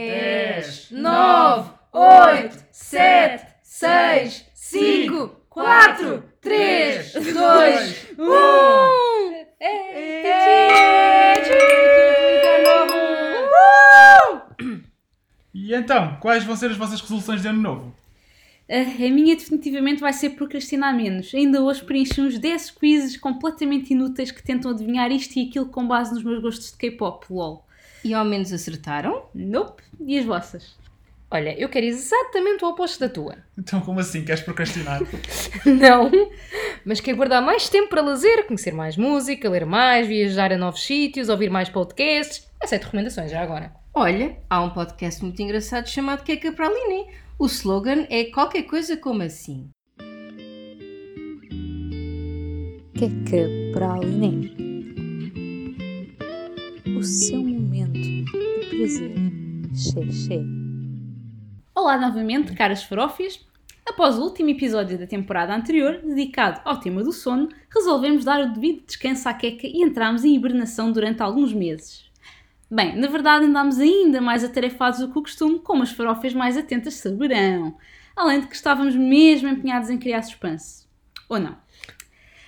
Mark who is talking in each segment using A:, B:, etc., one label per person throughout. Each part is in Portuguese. A: 10,
B: nove,
A: 8,
B: oito, sete, seis, cinco, quatro, três, dois, um.
C: E então, quais vão ser as vossas resoluções de ano novo?
B: A minha definitivamente vai ser procrastinar menos. Ainda hoje preenchi uns 10 quizzes completamente inúteis que tentam adivinhar isto e aquilo com base nos meus gostos de K-pop, lol.
A: E ao menos acertaram?
B: Nope. E as vossas?
D: Olha, eu quero exatamente o oposto da tua.
C: Então, como assim? Queres procrastinar?
D: Não, mas quer guardar mais tempo para lazer, conhecer mais música, ler mais, viajar a novos sítios, ouvir mais podcasts. Aceito recomendações já agora.
A: Olha, há um podcast muito engraçado chamado Queca para Aline. O slogan é qualquer coisa como assim.
E: Que é que para Aline? O seu momento de prazer. Xexé.
B: Olá novamente, caras farófias. Após o último episódio da temporada anterior, dedicado ao tema do sono, resolvemos dar o devido descanso à queca e entramos em hibernação durante alguns meses. Bem, na verdade andámos ainda mais atarefados do que o costume, como as farófias mais atentas saberão. Além de que estávamos mesmo empenhados em criar suspense. Ou não.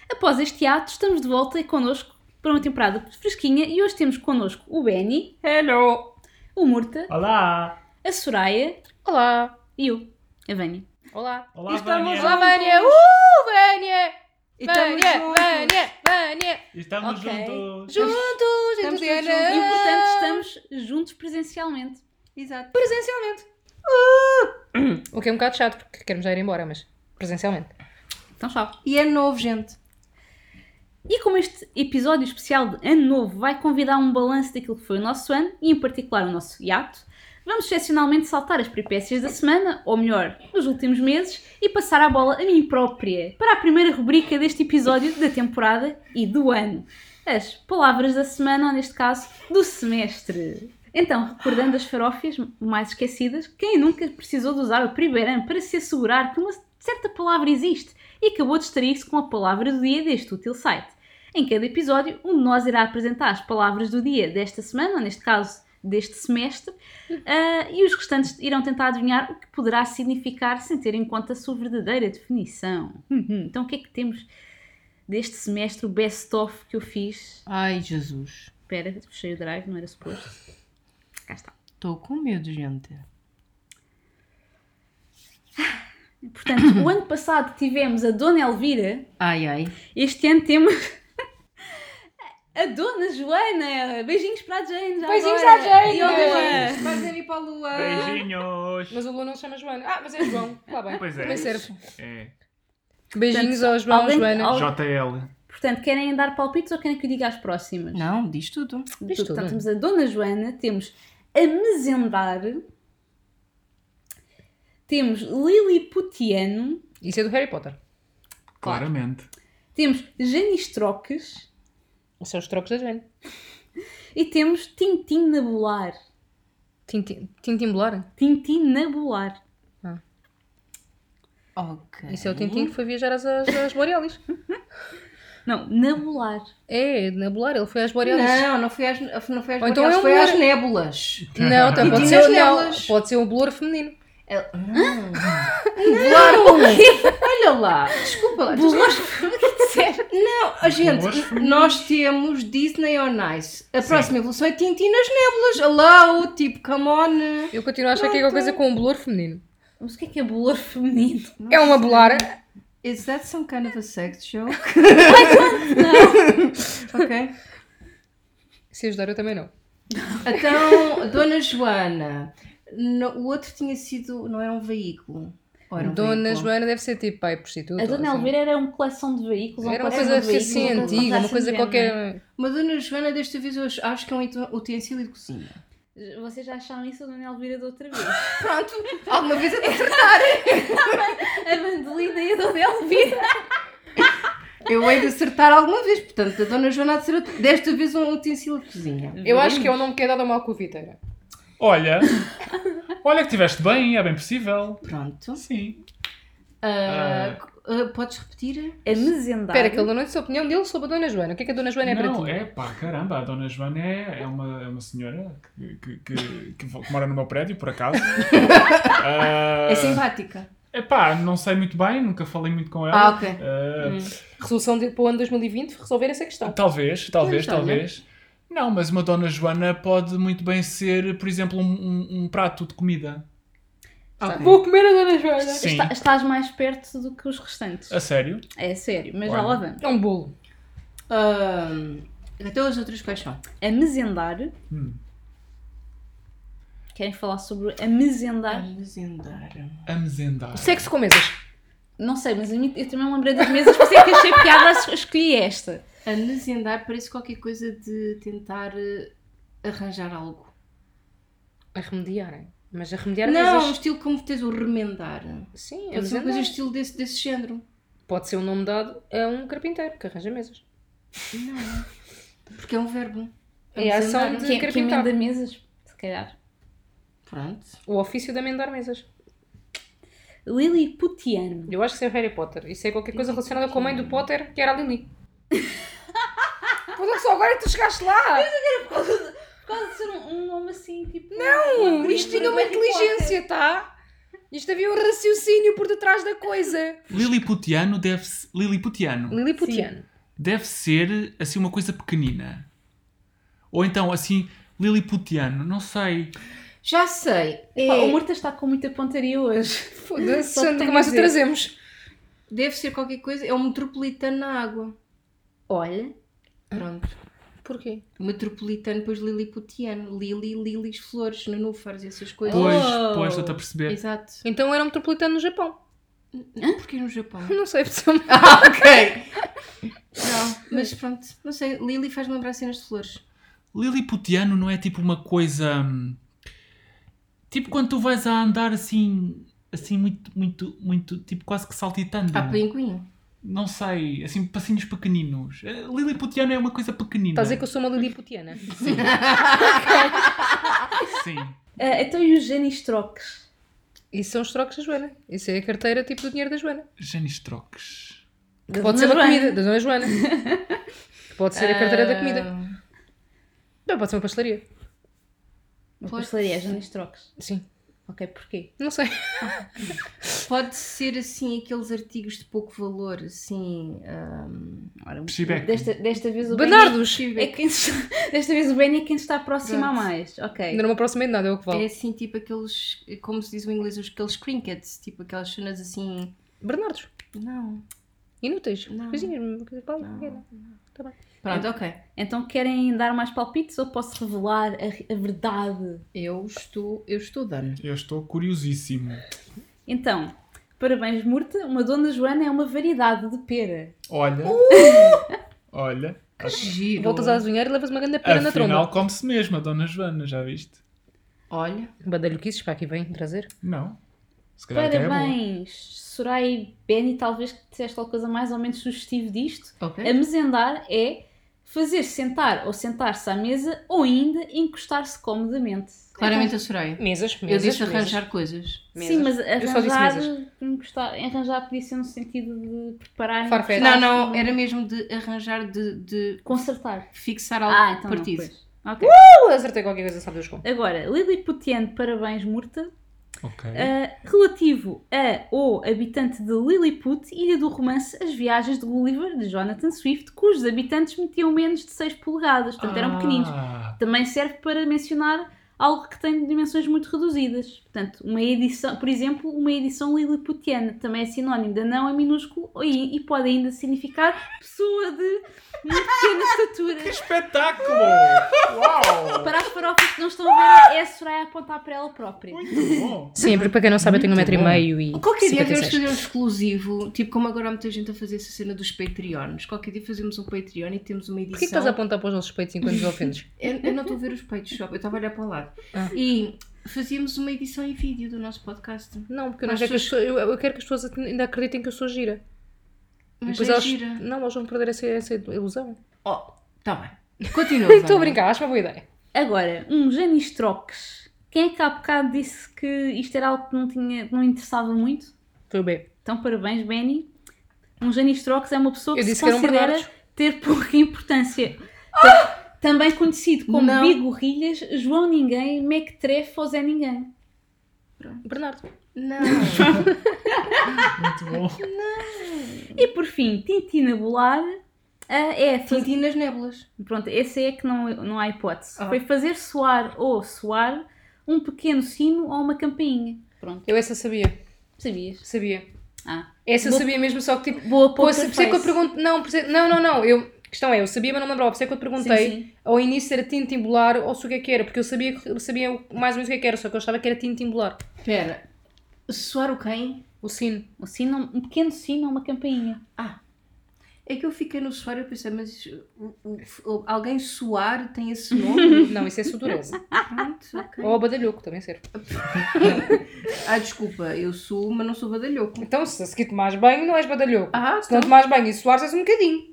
B: Após este ato, estamos de volta e connosco para uma temporada fresquinha e hoje temos connosco o Benny,
D: Hello!
B: o Murta,
C: Olá!
B: a Soraya
D: Olá!
B: e eu, a Vânia.
D: Olá!
C: Olá,
A: E estamos
C: Vânia!
D: Olá, Vânia! Uh, Vânia!
A: E estamos
D: Vânia!
A: juntos.
D: Vânia! Vânia!
C: E Estamos
A: Ok.
C: juntos!
D: Juntos!
A: Estamos
D: em
A: todos
D: Tudiana.
A: juntos.
B: Importante, estamos juntos presencialmente.
A: Exato.
D: Presencialmente! O que é um bocado chato, porque queremos já ir embora, mas presencialmente.
B: Então, tchau.
A: E é novo, gente.
B: E como este episódio especial de Ano Novo vai convidar um balanço daquilo que foi o nosso ano, e em particular o nosso hiato, vamos excepcionalmente saltar as peripécias da semana, ou melhor, nos últimos meses, e passar a bola a mim própria, para a primeira rubrica deste episódio da temporada e do ano. As palavras da semana, ou neste caso, do semestre. Então, recordando as farófias mais esquecidas, quem nunca precisou de usar o primeiro ano para se assegurar que uma certa palavra existe e acabou de distrair-se com a palavra do dia deste útil site? Em cada episódio, um de nós irá apresentar as palavras do dia desta semana, ou neste caso, deste semestre, ah, e os restantes irão tentar adivinhar o que poderá significar sem ter em conta a sua verdadeira definição. Uhum, Então, o que é que temos deste semestre, o best-of que eu fiz?
A: Ai, Jesus.
B: Espera, fechei o drive, não era suposto. Cá está.
A: Estou com medo, gente.
B: Portanto, o ano passado tivemos a Dona Elvira,
A: Ai, ai.
B: este ano temos a Dona Joana. Beijinhos para a Jane. Já
D: Beijinhos
B: agora.
D: à Jane.
B: E ao Luan.
D: Beijinhos.
A: Vais a mim para a lua.
C: Beijinhos!
D: Mas o Lu não se chama Joana. Ah, mas é João. Lá bem.
C: Pois é.
D: Também serve.
C: É.
D: Beijinhos ao João,
B: alguém-
D: Joana.
B: al-
C: JL.
B: Portanto, querem dar palpites ou querem que eu diga as próximas?
A: Não, diz tudo.
D: Diz
B: Portanto,
D: tudo.
B: temos a Dona Joana, temos a Mezendar, temos Liliputiano,
D: Isso é do Harry Potter.
C: Claramente.
B: temos Janistroques
D: São os trocos da Joana.
B: e temos Tintim Nabular.
D: Tintim Tintim Bolar?
B: Tintim Nabular.
A: Ok.
D: Isso é o Tintim que foi viajar às, às, às Borealis.
B: Não, Nabular.
D: É, na Bolar, ele foi às Borealis.
A: Não, não foi às, não foi às,
D: Ou então
A: Borealis,
D: é um
A: foi às
D: blur.
A: nébulas.
D: Não, tá, pode,
A: Tintim
D: ser,
A: nas nébulas.
D: não pode ser um blur feminino.
A: É- Não. Não. Olha lá, desculpa
D: é
A: lá. Não, a gente,
C: Boas famílias.
A: nós temos Disney on Ice. A próxima evolução é Tintin nas nébulas. Hello, tipo, come on.
D: Eu continuo a achar que é alguma coisa com um blur feminino.
B: Mas o que é que é bolor feminino?
D: É uma Bolar.
A: Is that some kind of a sex joke? ok.
D: Se ajudar, eu também não.
A: Então, Dona Joana, no- o outro tinha sido, não era um veículo. Ou era um
D: Dona
A: veículo?
D: Joana deve ser tipo pai prostituta.
B: A Dona
D: ou assim.
B: Elvira era uma coleção de veículos. um
D: Era Tipo, uma
B: coleção
D: coisa
B: de
D: que assim
B: veículos,
D: antiga, uma coisa
B: do género.
D: qualquer.
A: Mas Dona Joana, desta vez, eu acho- acho que é um ut- utensílio de cozinha.
B: Vocês já acharam isso a Dona Elvira da outra vez?
A: Pronto, alguma vez eu tenho-
B: a Mandelina e a Dona Elvira.
A: eu hei de acertar alguma vez. Portanto, a Dona Joana há de ser, ut- desta vez, um utensílio de cozinha.
D: Eu acho que é o nome que é dado a uma alcoviteira.
C: Olha! Olha que estiveste bem, é bem possível.
A: Pronto.
C: Sim.
A: Ah,
C: Ah.
A: Ah, podes repetir?
B: É mesendário.
D: Espera, que ele não disse a opinião dele sobre a Dona Joana. O que é que a Dona Joana é para
C: Não,
D: ti?
C: é pá, caramba, a Dona Joana é, é uma, é uma senhora que, que, que- que vo- que mora no meu prédio, por acaso. Ah,
A: É simpática.
C: é pá, não sei muito bem, nunca falei muito com ela.
A: Ah, ok.
C: Ah,
D: Resolução de, para o ano 2020 resolver essa questão.
C: Talvez, talvez,
A: Pois, olha.
C: talvez. Não, mas uma Dona Joana pode muito bem ser, por exemplo, um, um- um prato de comida.
A: Ok.
D: Vou comer a Dona Joana.
C: Sim,
B: Está- estás mais perto do que os restantes.
C: a sério.
B: É sério, mas já
C: Olha.
B: lá vamos.
D: É um bolo.
A: Ahm, até Ah, então, as outras quais são?
B: A mesendário.
C: Hum.
B: Querem falar sobre a mesendário?
A: Legendário.
C: A mezendar.
D: Sexo com mesas.
B: Não sei, mas a mim- eu também me lembrei das mesas, por isso é que achei piada, es- escolhi esta.
A: A legendar parece qualquer coisa de tentar eh, arranjar algo.
D: A remediarem. Mas a remediar
A: Não, um
D: coisas...
A: estilo como tens o remendar.
D: Sim, é
A: Pode ser uma coisa
D: mesendar.
A: estilo desse, desse género.
D: Pode ser um nome dado a um carpinteiro que arranja mesas.
A: Porque é um verbo.
D: É a ação
A: Remendar.
D: de
B: Que, que
D: carpintar.
B: emenda mesas, se calhar.
A: Pronto.
D: O ofício de amendar mesas.
B: Lilliputiano.
D: Eu acho que isso é Harry Potter. Isso é qualquer coisa relacionada com a mãe do Potter, que era a Lily. Portanto, só agora é que tu chegaste lá.
B: Por causa de ser um, um nome assim, tipo.
D: Não, Hum, é isto tinha uma inteligência, tá? Isto havia um raciocínio por detrás da coisa.
C: Liliputiano deve, se- Liliputiano
D: Liliputiano.
C: deve ser assim uma coisa pequenina. Ou então assim, Liliputiano, não sei.
A: Já sei. É,
B: Pá, o Murta está com muita pontaria hoje.
D: Foda-se,
B: Só tenho
D: onde
B: a
D: mais o
B: dizer.
D: trazemos?
A: deve ser qualquer coisa. É um metropolitano na água.
B: Olha,
A: Pronto.
D: Porquê?
A: Metropolitano, depois liliputiano. Lili, lilis, flores, nenúfares, essas coisas.
C: Pois,
B: Oh.
C: pois, estou a perceber.
A: Exato.
D: Então era um metropolitano no Japão.
A: Porquê no Japão?
D: Não sei, pessoal.
A: ah, ok. Não, mas pronto. Não sei. Lili faz lembrar cenas de flores.
C: Liliputiano não é tipo uma coisa. hum, Tipo quando tu vais a andar assim. Assim, muito, muito, muito. Tipo quase que saltitando.
A: Ah, pinguim.
C: não sei, assim, passinhos pequeninos. Eh, Liliputiano é uma coisa pequenina.
D: Estás a dizer que eu sou uma liliputiana?
C: Sim. Sim.
B: ah, então e os genistroques?
D: Isso são os trocos da Joana. Isso é a carteira tipo do dinheiro da Joana.
C: Genistroques.
B: Da Dona
D: Pode ser uma
B: Joana.
D: comida da Dona Joana. Pode ser a carteira da comida.
A: Ah,
D: Não, pode ser uma pastelaria.
B: Uma
A: Pode
B: pastelaria,
A: ser.
B: genistroques.
D: Sim.
B: Ok, porquê?
D: Não sei.
A: Pode ser assim aqueles artigos de pouco valor, assim. ahm, ora, um-
C: Psibeco.
B: Desta, desta vez o
D: Bernardos!
B: Benny é quem se- desta vez o Benny é quem está próximo a
A: Pronto.
B: mais. Ok.
D: Ainda não me aproximei de nada, é o que
A: É
D: vale.
A: assim tipo aqueles, como se diz o inglês, os- aqueles crinkets, tipo aquelas cenas assim.
D: Bernardos.
A: Não.
D: Inúteis.
A: Não.
D: Coisinhas. coisa para ali,
A: Não.
D: é, não.
A: Pronto, ok.
B: Então querem dar mais palpites ou posso revelar a, a verdade?
A: Eu estou, eu estou dando.
C: Eu estou curiosíssimo.
B: Então, parabéns, Murta. Uma Dona Joana é uma variedade de pera.
C: Olha. Olha.
A: Giro.
D: Voltas a adivinhar e levas uma grande pera na
C: Afinal,
D: tromba.
C: come-se mesmo a Dona Joana, já viste?
A: Olha,
D: Badalhoquices para aqui vem trazer.
C: Não. Se calhar até é bom.
B: Parabéns, Soraya e Benny. Talvez que disseste alguma coisa mais ou menos sugestiva disto.
A: ok.
B: A mezendar é fazer sentar ou sentar-se à mesa ou ainda encostar-se comodamente.
A: Claramente a Soraya.
D: Mesas,
A: Eu
D: mesas.
A: disse
D: mesas.
A: arranjar coisas.
D: Mesas.
B: Sim, mas
D: Eu só disse
B: arranjar, encostar, arranjar podia ser no sentido de preparar e
D: Farfetch.
B: encostar-se
A: Não, não,
B: de-
A: era mesmo de arranjar, de, de
B: Consertar.
A: fixar algo
B: Ah, então
A: partido.
B: não, pois. Ok.
D: Eu acertei qualquer coisa, sabe Deus como.
B: Agora, Lilliputiano, parabéns, Murta.
C: Ok.
B: Uh, relativo a ou habitante de Lilliput, ilha do romance As Viagens de Gulliver, de Jonathan Swift, cujos habitantes metiam menos de 6 polegadas, portanto eram pequeninos.
C: Ah,
B: Também serve para mencionar algo que tem dimensões muito reduzidas. Portanto, uma edição, por exemplo, uma edição lilliputiana também é sinónimo de anão em minúsculo e, e pode ainda significar pessoa de muito pequena
C: Que
B: estatura.
C: espetáculo! Uau!
B: Para as farofas que não estão a ver, é a Soraya a apontar para ela própria.
C: Muito bom!
D: Sim, porque para quem não sabe, eu tenho um
C: Muito
D: metro e
C: bom.
D: meio e.
A: Qualquer dia devemos
D: 56.
A: fazer um exclusivo, tipo como agora há muita gente a fazer essa cena dos Patreons. Qualquer dia fazemos um Patreon e temos uma edição.
D: Porquê que estás a apontar para os nossos peitos enquanto nos ofendes?
A: Eu, eu não estou a ver os peitos, só, eu estava a olhar para o lado.
D: Ah.
A: E fazíamos uma edição em vídeo do nosso podcast.
D: Não, porque eu não
A: Mas
D: quero que as
A: tu-
D: pessoas- eu, eu quero que as pessoas ainda acreditem que eu sou gira. E
A: Mas
D: depois
A: é
D: elas,
A: gira.
D: Não, elas vão perder essa, essa ilusão.
A: Oh, tá bem. Continua.
D: Estou
A: Vânia.
D: a brincar, acho uma boa ideia.
B: Agora, um Janistrox. Quem é que há bocado disse que isto era algo que não, tinha, que não interessava muito?
D: Foi o B.
B: Então, parabéns, Benny. Um Janistrox é uma pessoa que
D: Eu
B: se
D: disse que era Ah! um
B: considera
D: Bernardo.
B: ter pouca importância. Ta- Também conhecido como
A: Não.
B: Bigorrilhas, João Ninguém, Mac Treff ou Zé Ninguém.
D: Bernardo.
A: Não.
C: Muito bom.
B: E por fim, Tintina Bolar ah, é a
A: Tintim nas nébulas.
B: Pronto, esse é que não, não há hipótese.
A: Ah.
B: Foi fazer soar ou soar um pequeno sino ou uma campainha. Pronto,
D: Eu essa sabia.
B: sabias?
D: Sabia.
B: Ah.
D: Essa eu
B: Boa-
D: sabia mesmo, só que tipo.
B: Boa
D: Pô,
B: poker
D: se- por isso é que eu
B: face.
D: pergunto. Não, por isso é- não, não, não. Eu, a questão é, eu sabia, mas não me lembrava. Por isso é que eu te perguntei
B: Sim, sim.
D: ao início se era tintimbular ou se o que é que era, porque eu sabia, que- eu sabia mais ou menos o que é que era, só que eu achava que era tintimbular.
A: Espera. Soar o quem?
D: O sino.
B: Um, sino, um pequeno sino ou uma campainha.
A: É que eu fiquei no soar e eu pensei, mas isso- o- o- o- alguém soar tem esse nome?
D: Não, isso é sudoroso.
A: Pronto, ok.
D: ou badalhoco, também serve.
A: Ah, desculpa, eu sou, mas não sou badalhoco.
D: Então, se a seguir tomares banho, não és badalhoco.
A: Ah,
D: Se não tomares banho e suares, és um bocadinho.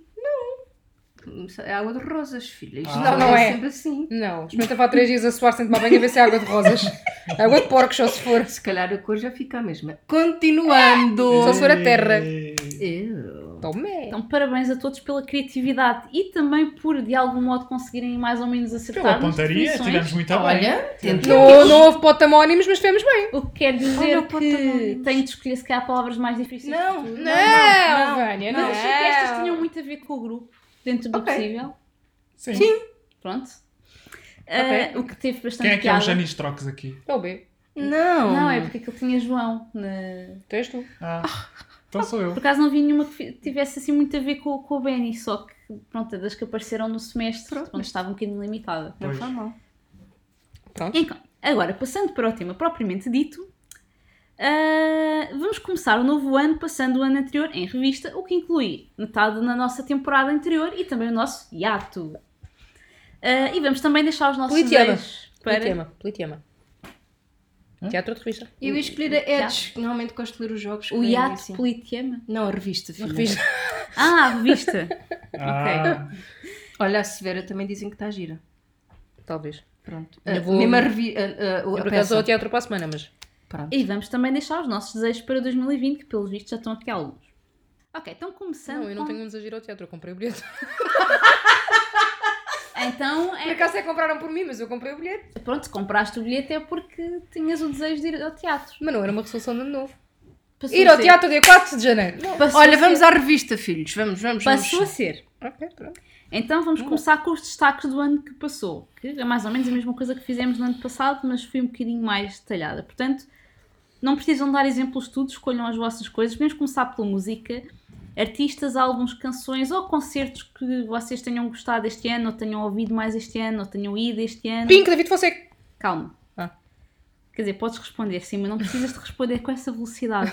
A: então, é água de rosas, filha. Isto
D: Não, não é.
A: sempre assim.
D: Não, experimenta vá três dias a suar sem tomar banho a ver se é água de rosas. água de porcos, só se for.
A: Se calhar a cor já fica a mesma. Continuando!
D: Só se for a terra.
A: Eu.
D: Tomé.
B: Então, parabéns a todos pela criatividade e também por, de algum modo, conseguirem mais ou menos acertar.
D: Tá,
C: Pela
B: nas
C: pontaria,
B: definições.
C: tivemos muito bem.
A: Olha, tenta.
C: é
D: Não, não houve potamónimos, mas fizemos bem.
B: O que quer dizer
A: Olha o
B: que
A: pontaria.
B: tenho de escolher, se calhar, palavras mais difíceis.
A: Não, é.
B: do que tu.
D: Não, Vânia,
B: Mas achei que estas tinham muito a ver com o grupo, dentro do
A: Ok.
B: possível.
C: Sim.
B: Pronto. Ah, o que teve bastante
C: Quem é que é
B: piada.
C: o Janis Trox aqui?
D: É o B.
A: Não.
B: Não, é porque aquilo tinha João. na-
D: Tu és tu.
C: Ah, então sou eu.
B: Por acaso não vi nenhuma que fi- tivesse assim muito a ver com, com o Benny, só que pronto, é das que apareceram no semestre,
A: Pronto.
B: pronto, estava um bocadinho limitada.
A: Não
C: Pois.
A: está mal.
D: Pronto.
B: Então, agora, passando para o tema propriamente dito, ah, vamos começar o novo ano passando o ano anterior em revista, o que inclui metade na nossa temporada anterior e também o nosso hiato. Ah, e vamos também deixar os nossos
D: Politeama.
B: desejos para...
D: Politeama. Politeama.
C: Hã?
D: Teatro de revista.
A: Eu ia escolher a Edge, que normalmente gosto de ler os jogos. que
B: O
A: leio
B: hiato
A: assim.
B: Politeama?
A: Não, a revista, filha.
D: Revista.
B: Ah, a revista!
C: Ah,
A: Olha, a Severa também dizem que está gira.
D: Talvez.
A: Pronto.
D: Eu
A: A
D: vou-
A: Mesma revista. A,
D: Eu
A: a
D: por acaso
A: peça.
D: vou ao teatro para a semana, mas.
A: Pronto.
B: E vamos também deixar os nossos desejos para 2020, que pelos vistos já estão aqui alguns. Ok, então começando.
D: Não, eu não
B: com-
D: tenho um exagero ao teatro, eu comprei o bilhete.
B: Então,
D: Por
B: é...
D: acaso é que compraram por mim, mas eu comprei o bilhete.
B: pronto, se compraste o bilhete é porque tinhas o desejo de ir ao teatro.
D: Mas não era uma resolução de ano novo.
B: Passou
D: Ir
B: a
D: ao
B: ser-
D: teatro dia 4 de janeiro.
B: Passou
A: Olha,
B: a
A: vamos
B: ser...
A: à revista, filhos. Vamos, vamos, vamos.
B: Passou a ser.
D: Ok, pronto.
B: Então vamos começar com os destaques do ano que passou, que é mais ou menos a mesma coisa que fizemos no ano passado, mas foi um bocadinho mais detalhada. Portanto, não precisam dar exemplos todos, escolham as vossas coisas. Vamos começar pela música, artistas, álbuns, canções ou concertos que vocês tenham gostado este ano, ou tenham ouvido mais este ano, ou tenham ido este ano.
D: Pink, David Fonseca.
B: Calma.
D: Ah.
B: Quer dizer, podes responder sim, mas não precisas de responder com essa velocidade.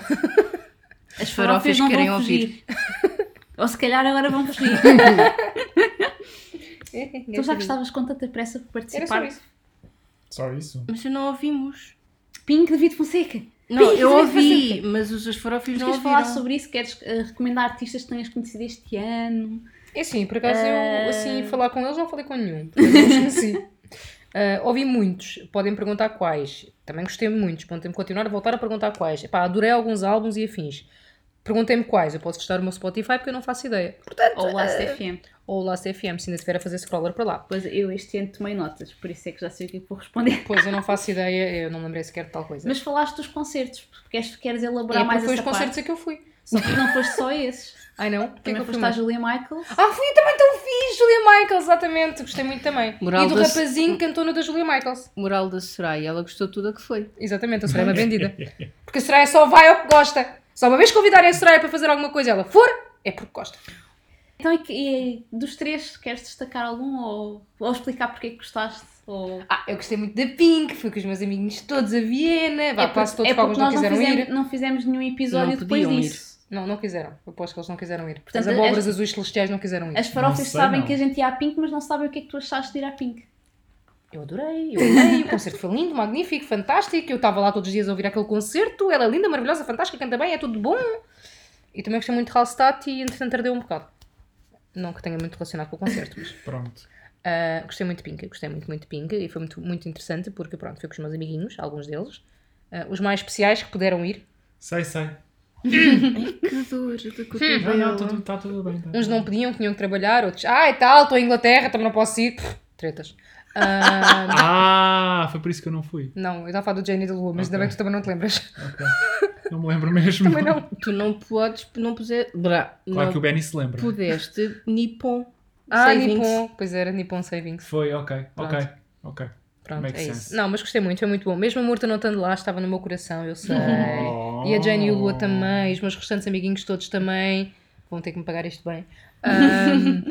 B: As
A: farofas
B: farofas não
A: querem
B: vão
A: ouvir.
B: fugir. Ou se calhar agora vão fugir. Tu Então, já que estavas com tanta pressa por
D: Era só
B: participar.
D: isso.
C: só isso.
A: Mas eu não ouvimos.
B: Pink David Fonseca.
A: Não,
B: Ih,
A: eu
B: mas
A: ouvi, mas os farofis
B: Mas
A: não
B: queres falar
A: ouviram.
B: sobre isso? Queres eh, recomendar artistas que tenhas conhecido este ano?
D: É sim, por acaso eu,
B: Ah.
D: assim, falar com eles não falei com nenhum. porque eu não esqueci. Ah, ouvi muitos, podem perguntar quais. Também gostei de muitos, podem continuar a voltar a perguntar quais. Epá, adorei alguns álbuns e afins. Perguntem-me quais, eu posso testar o meu Spotify porque eu não faço ideia. Portanto, eh,
B: Ou o Last FM?
D: ou o Last FM, se ainda estiver a fazer scroller para lá.
B: Pois eu este ano tomei notas, por isso é que já sei o que é que vou responder.
D: Pois eu não faço ideia, eu não me lembrei sequer de tal coisa.
B: Mas falaste dos concertos, porque queres, queres elaborar
D: é porque
B: mais
D: foi os
B: essa
D: concertos
B: parte.
D: a que eu fui.
B: Só que não foste só esses.
D: Ai não? O que é que
B: Também
D: eu fui
B: foste à
D: mais?
B: Julia Michaels.
D: Ah, fui também tão fixe, Julia Michaels, exatamente. Gostei muito também.
A: Moral
D: e do
A: da-
D: rapazinho que cantou no da Julia Michaels.
A: Moral da Soraya, ela gostou de tudo a que foi.
D: Exatamente, a Soraya é uma vendida. Porque a Soraya só vai ao que gosta. Só uma vez convidarem a Soraya para fazer alguma coisa, ela for, é porque gosta.
B: Então, e, que- e dos três, queres destacar algum ou, ou explicar porque é que gostaste? Ou...
D: Ah, eu gostei muito da Pink, fui com os meus amiguinhos todos a Viena, vá,
B: porque-
D: quase todos
B: é
D: que alguns
B: porque
D: não
B: nós
D: quiseram
B: fizemos,
D: ir.
B: não fizemos nenhum episódio
A: Não
B: depois
A: podiam ir.
B: disso.
D: Não, não quiseram. Eu aposto que eles não quiseram ir.
B: Portanto,
D: as abóboras
B: as-
D: azuis celestiais não quiseram ir.
B: As farofas
C: Não sei,
B: sabem
C: não.
B: que a gente ia à Pink, mas não sabem o que é que tu achaste de ir à Pink.
D: Eu adorei, eu amei, o concerto foi lindo, magnífico, fantástico. Eu estava lá todos os dias a ouvir aquele concerto. Ela é linda, maravilhosa, fantástica, canta bem, é tudo bom. E também gostei muito de Hallstatt e entretanto ardeu um bocado. Não que tenha muito relacionado com o concerto, mas
C: Pronto.
D: ah, gostei muito de Pink, gostei muito, muito de Pink e foi muito, muito interessante porque pronto, fui com os meus amiguinhos, alguns deles, ah, os mais especiais que puderam ir.
C: Sei, sei.
A: Que dor, estou com
C: Não, não, tudo- está tudo bem. tá
D: Uns
C: tudo
D: não podiam, tinham que trabalhar, outros, ai tal, estou em Inglaterra, também não posso ir. Pff, Tretas. Ah,
C: bem. Ah, foi por isso que eu não fui.
D: não, eu estava a falar do Jenny da Lua, mas ainda
C: Ok.
D: bem que tu também não te lembras.
C: Não me lembro mesmo.
D: Também não.
A: Tu não podes, não puser, brá,
C: Claro
A: não
C: que o Benny se lembra.
A: pudeste Nippon.
D: Ah,
A: Savings.
D: Nippon. Pois era, Nippon Savings.
C: Foi, ok,
D: Pronto.
C: ok, ok.
D: Pronto,
C: Makes
D: é
C: sense.
D: isso. Não, mas gostei muito, foi muito bom. Mesmo a Murta não estando lá, estava no meu coração, eu sei. E a Jane e o Lua
C: Oh.
D: também, os meus restantes amiguinhos todos também. Vão ter que me pagar isto bem. Ahm,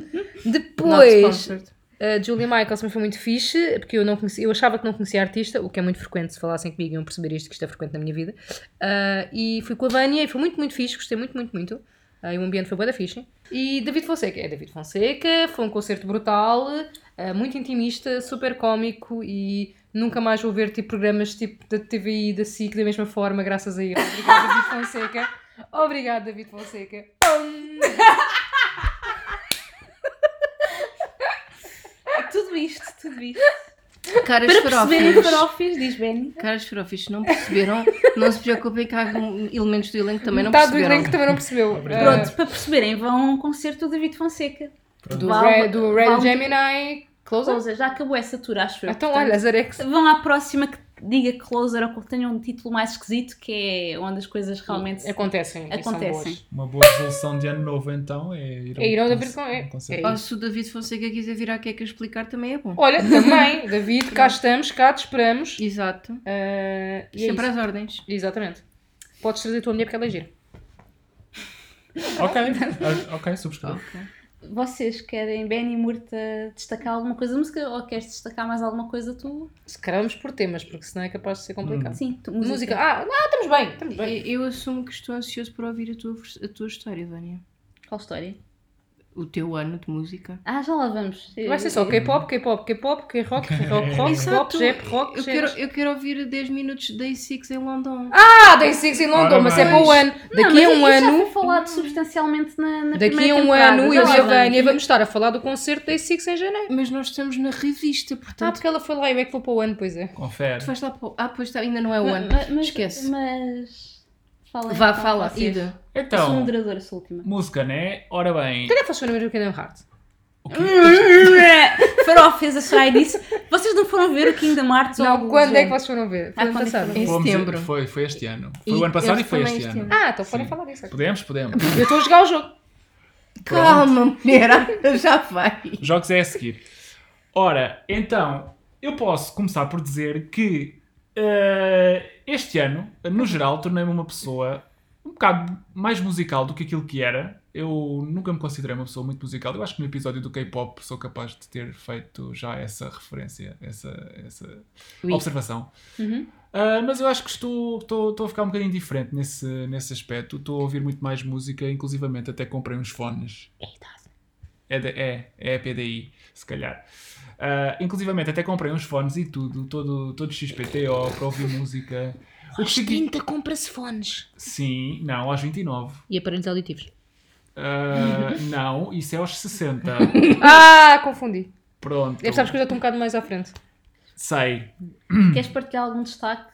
D: depois, a Julie Michaels também foi muito fixe, porque eu, não conhecia, eu achava que não conhecia a artista, o que é muito frequente se falassem comigo iam perceber isto, que isto é frequente na minha vida. Ah, e fui com a Vânia e foi muito, muito fixe, gostei muito, muito, muito. Ah, e o ambiente foi bué da fixe. E David Fonseca, é David Fonseca, foi um concerto brutal, ah, muito intimista, super cómico e nunca mais vou ver tipo, programas tipo da TVI, da SIC, da mesma forma, graças a ele. Obrigado, David Fonseca. Obrigado, David Fonseca.
B: Tudo isto, tudo isto.
A: Caras
B: Para perceberem
A: farofas.
B: farofas, diz Benny.
A: Caras farofas, se não perceberam, não se preocupem que há algum- elementos do elenco que também não
D: Metade do
A: perceberam.
D: elenco também não percebeu.
C: Obrigado.
D: Ah,
B: Pronto, para perceberem, vão a um concerto do David Fonseca.
D: do,
B: Val-
D: Red, do Red
B: Val-
D: Gemini Close Up.
B: Closer, já acabou essa tour, acho eu.
D: Então,
B: portanto,
D: olha, Zarex.
B: Vão à próxima que diga Closer ou que tenha um título mais esquisito, que é onde as coisas realmente se-
D: Acontecem. e são
B: acontecem.
D: boas.
C: Uma boa resolução de ano novo então é ir a um
D: É ir ao da
C: conce-
D: Virgão, é-
C: um concerto.
D: é
A: Ou se o David Fonseca quiser vir à Queca explicar, também é bom.
D: Olha, também, David, cá estamos, cá te esperamos.
A: Exato.
D: Ah, e é
A: Sempre
D: isso.
A: às ordens.
D: Exatamente. Podes trazer a tua mulher porque ela é gira.
C: Ok, ah, ok, subscrevo.
B: Vocês querem, Benny e Murta, destacar alguma coisa da música ou queres destacar mais alguma coisa tu?
D: Se calharmos por temas, porque senão é capaz de ser complicado.
B: Sim, tu,
D: Música. Ah, não, estamos bem, estamos bem.
A: Eu assumo que estou ansioso para ouvir a tua, vers- a tua história, Vânia.
B: Qual história?
A: O teu ano de música.
B: Ah, já lá vamos.
D: Vai ser só K-pop, K-pop, K-pop, K-rock, K-rock, rock, pop, jap, rock,
A: eu, quero, eu quero ouvir 10 minutos de Day 6 em London.
D: Ah, Day Six em London,
C: Ora
D: mas
C: bem.
D: é para o ano.
B: Não,
D: Daqui
B: mas
D: a um
B: isso Já
D: ano,
B: foi falado substancialmente na, na
D: daqui
B: primeira
D: a um
B: temporada,
D: ano,
B: já
D: eu
B: lá
D: e a
B: vamos.
D: Vânia vamos estar a falar do concerto Day Six em janeiro.
A: Mas nós estamos na revista,
D: Ah,
A: portanto.
D: porque ela foi lá e eu é que vou para o ano, pois é.
C: Confere.
A: tu vais lá para o- Ah, pois está, ainda não é o
B: Ma-
A: ano.
B: ma- mas-
A: Esquece.
B: Mas. Fala,
A: Vá,
B: então,
A: fala,
B: vocês.
A: Ida.
B: Eu sou
C: Então,
B: moderadora, sou a última.
C: música, né? Ora bem.
D: Calhar fosse o número do Kingdom Hearts.
C: O quê?
B: Farofas, achai disso. Vocês não foram ver o Kingdom Hearts? ou algo
D: Não,
B: do
D: quando é que
B: género?
D: vocês foram ver? Foi
B: Ah,
D: ano
B: quando é que
D: passado.
A: Em
C: Vamos dizer-
A: setembro.
C: Foi, foi este ano. Foi
A: E
C: o ano passado e
A: eles
C: foi
A: também
C: este
A: este
C: ano.
A: ano.
D: Ah, então podem
C: Sim.
D: falar disso. ok.
C: Podemos? Podemos.
D: Eu estou a jogar o jogo.
A: Calma, pera, já vai.
C: Jogos é a seguir. Ora, então, eu posso começar por dizer que eh, este ano, no geral, tornei-me uma pessoa um bocado mais musical do que aquilo que era. Eu nunca me considerei uma pessoa muito musical. Eu acho que no episódio do K-pop sou capaz de ter feito já essa referência, essa, essa
A: Oui.
C: observação.
B: Uhum.
C: Ah, mas eu acho que estou, estou, estou a ficar um bocadinho diferente nesse, nesse aspecto. Estou a ouvir muito mais música, inclusivamente até comprei uns fones. É, da- é, é a PDI, se calhar. Ah, inclusivamente até comprei uns fones e tudo, todo, todo XPTO para ouvir música. O que significa-
D: compra-se fones.
C: Sim, não, aos 29.
D: E aparelhos auditivos.
C: Ah, não, isso é aos 60.
D: Ah, confundi.
C: Pronto.
D: É, sabes que eu já estou um bocado mais à frente.
C: Sei.
B: Queres partilhar algum destaque?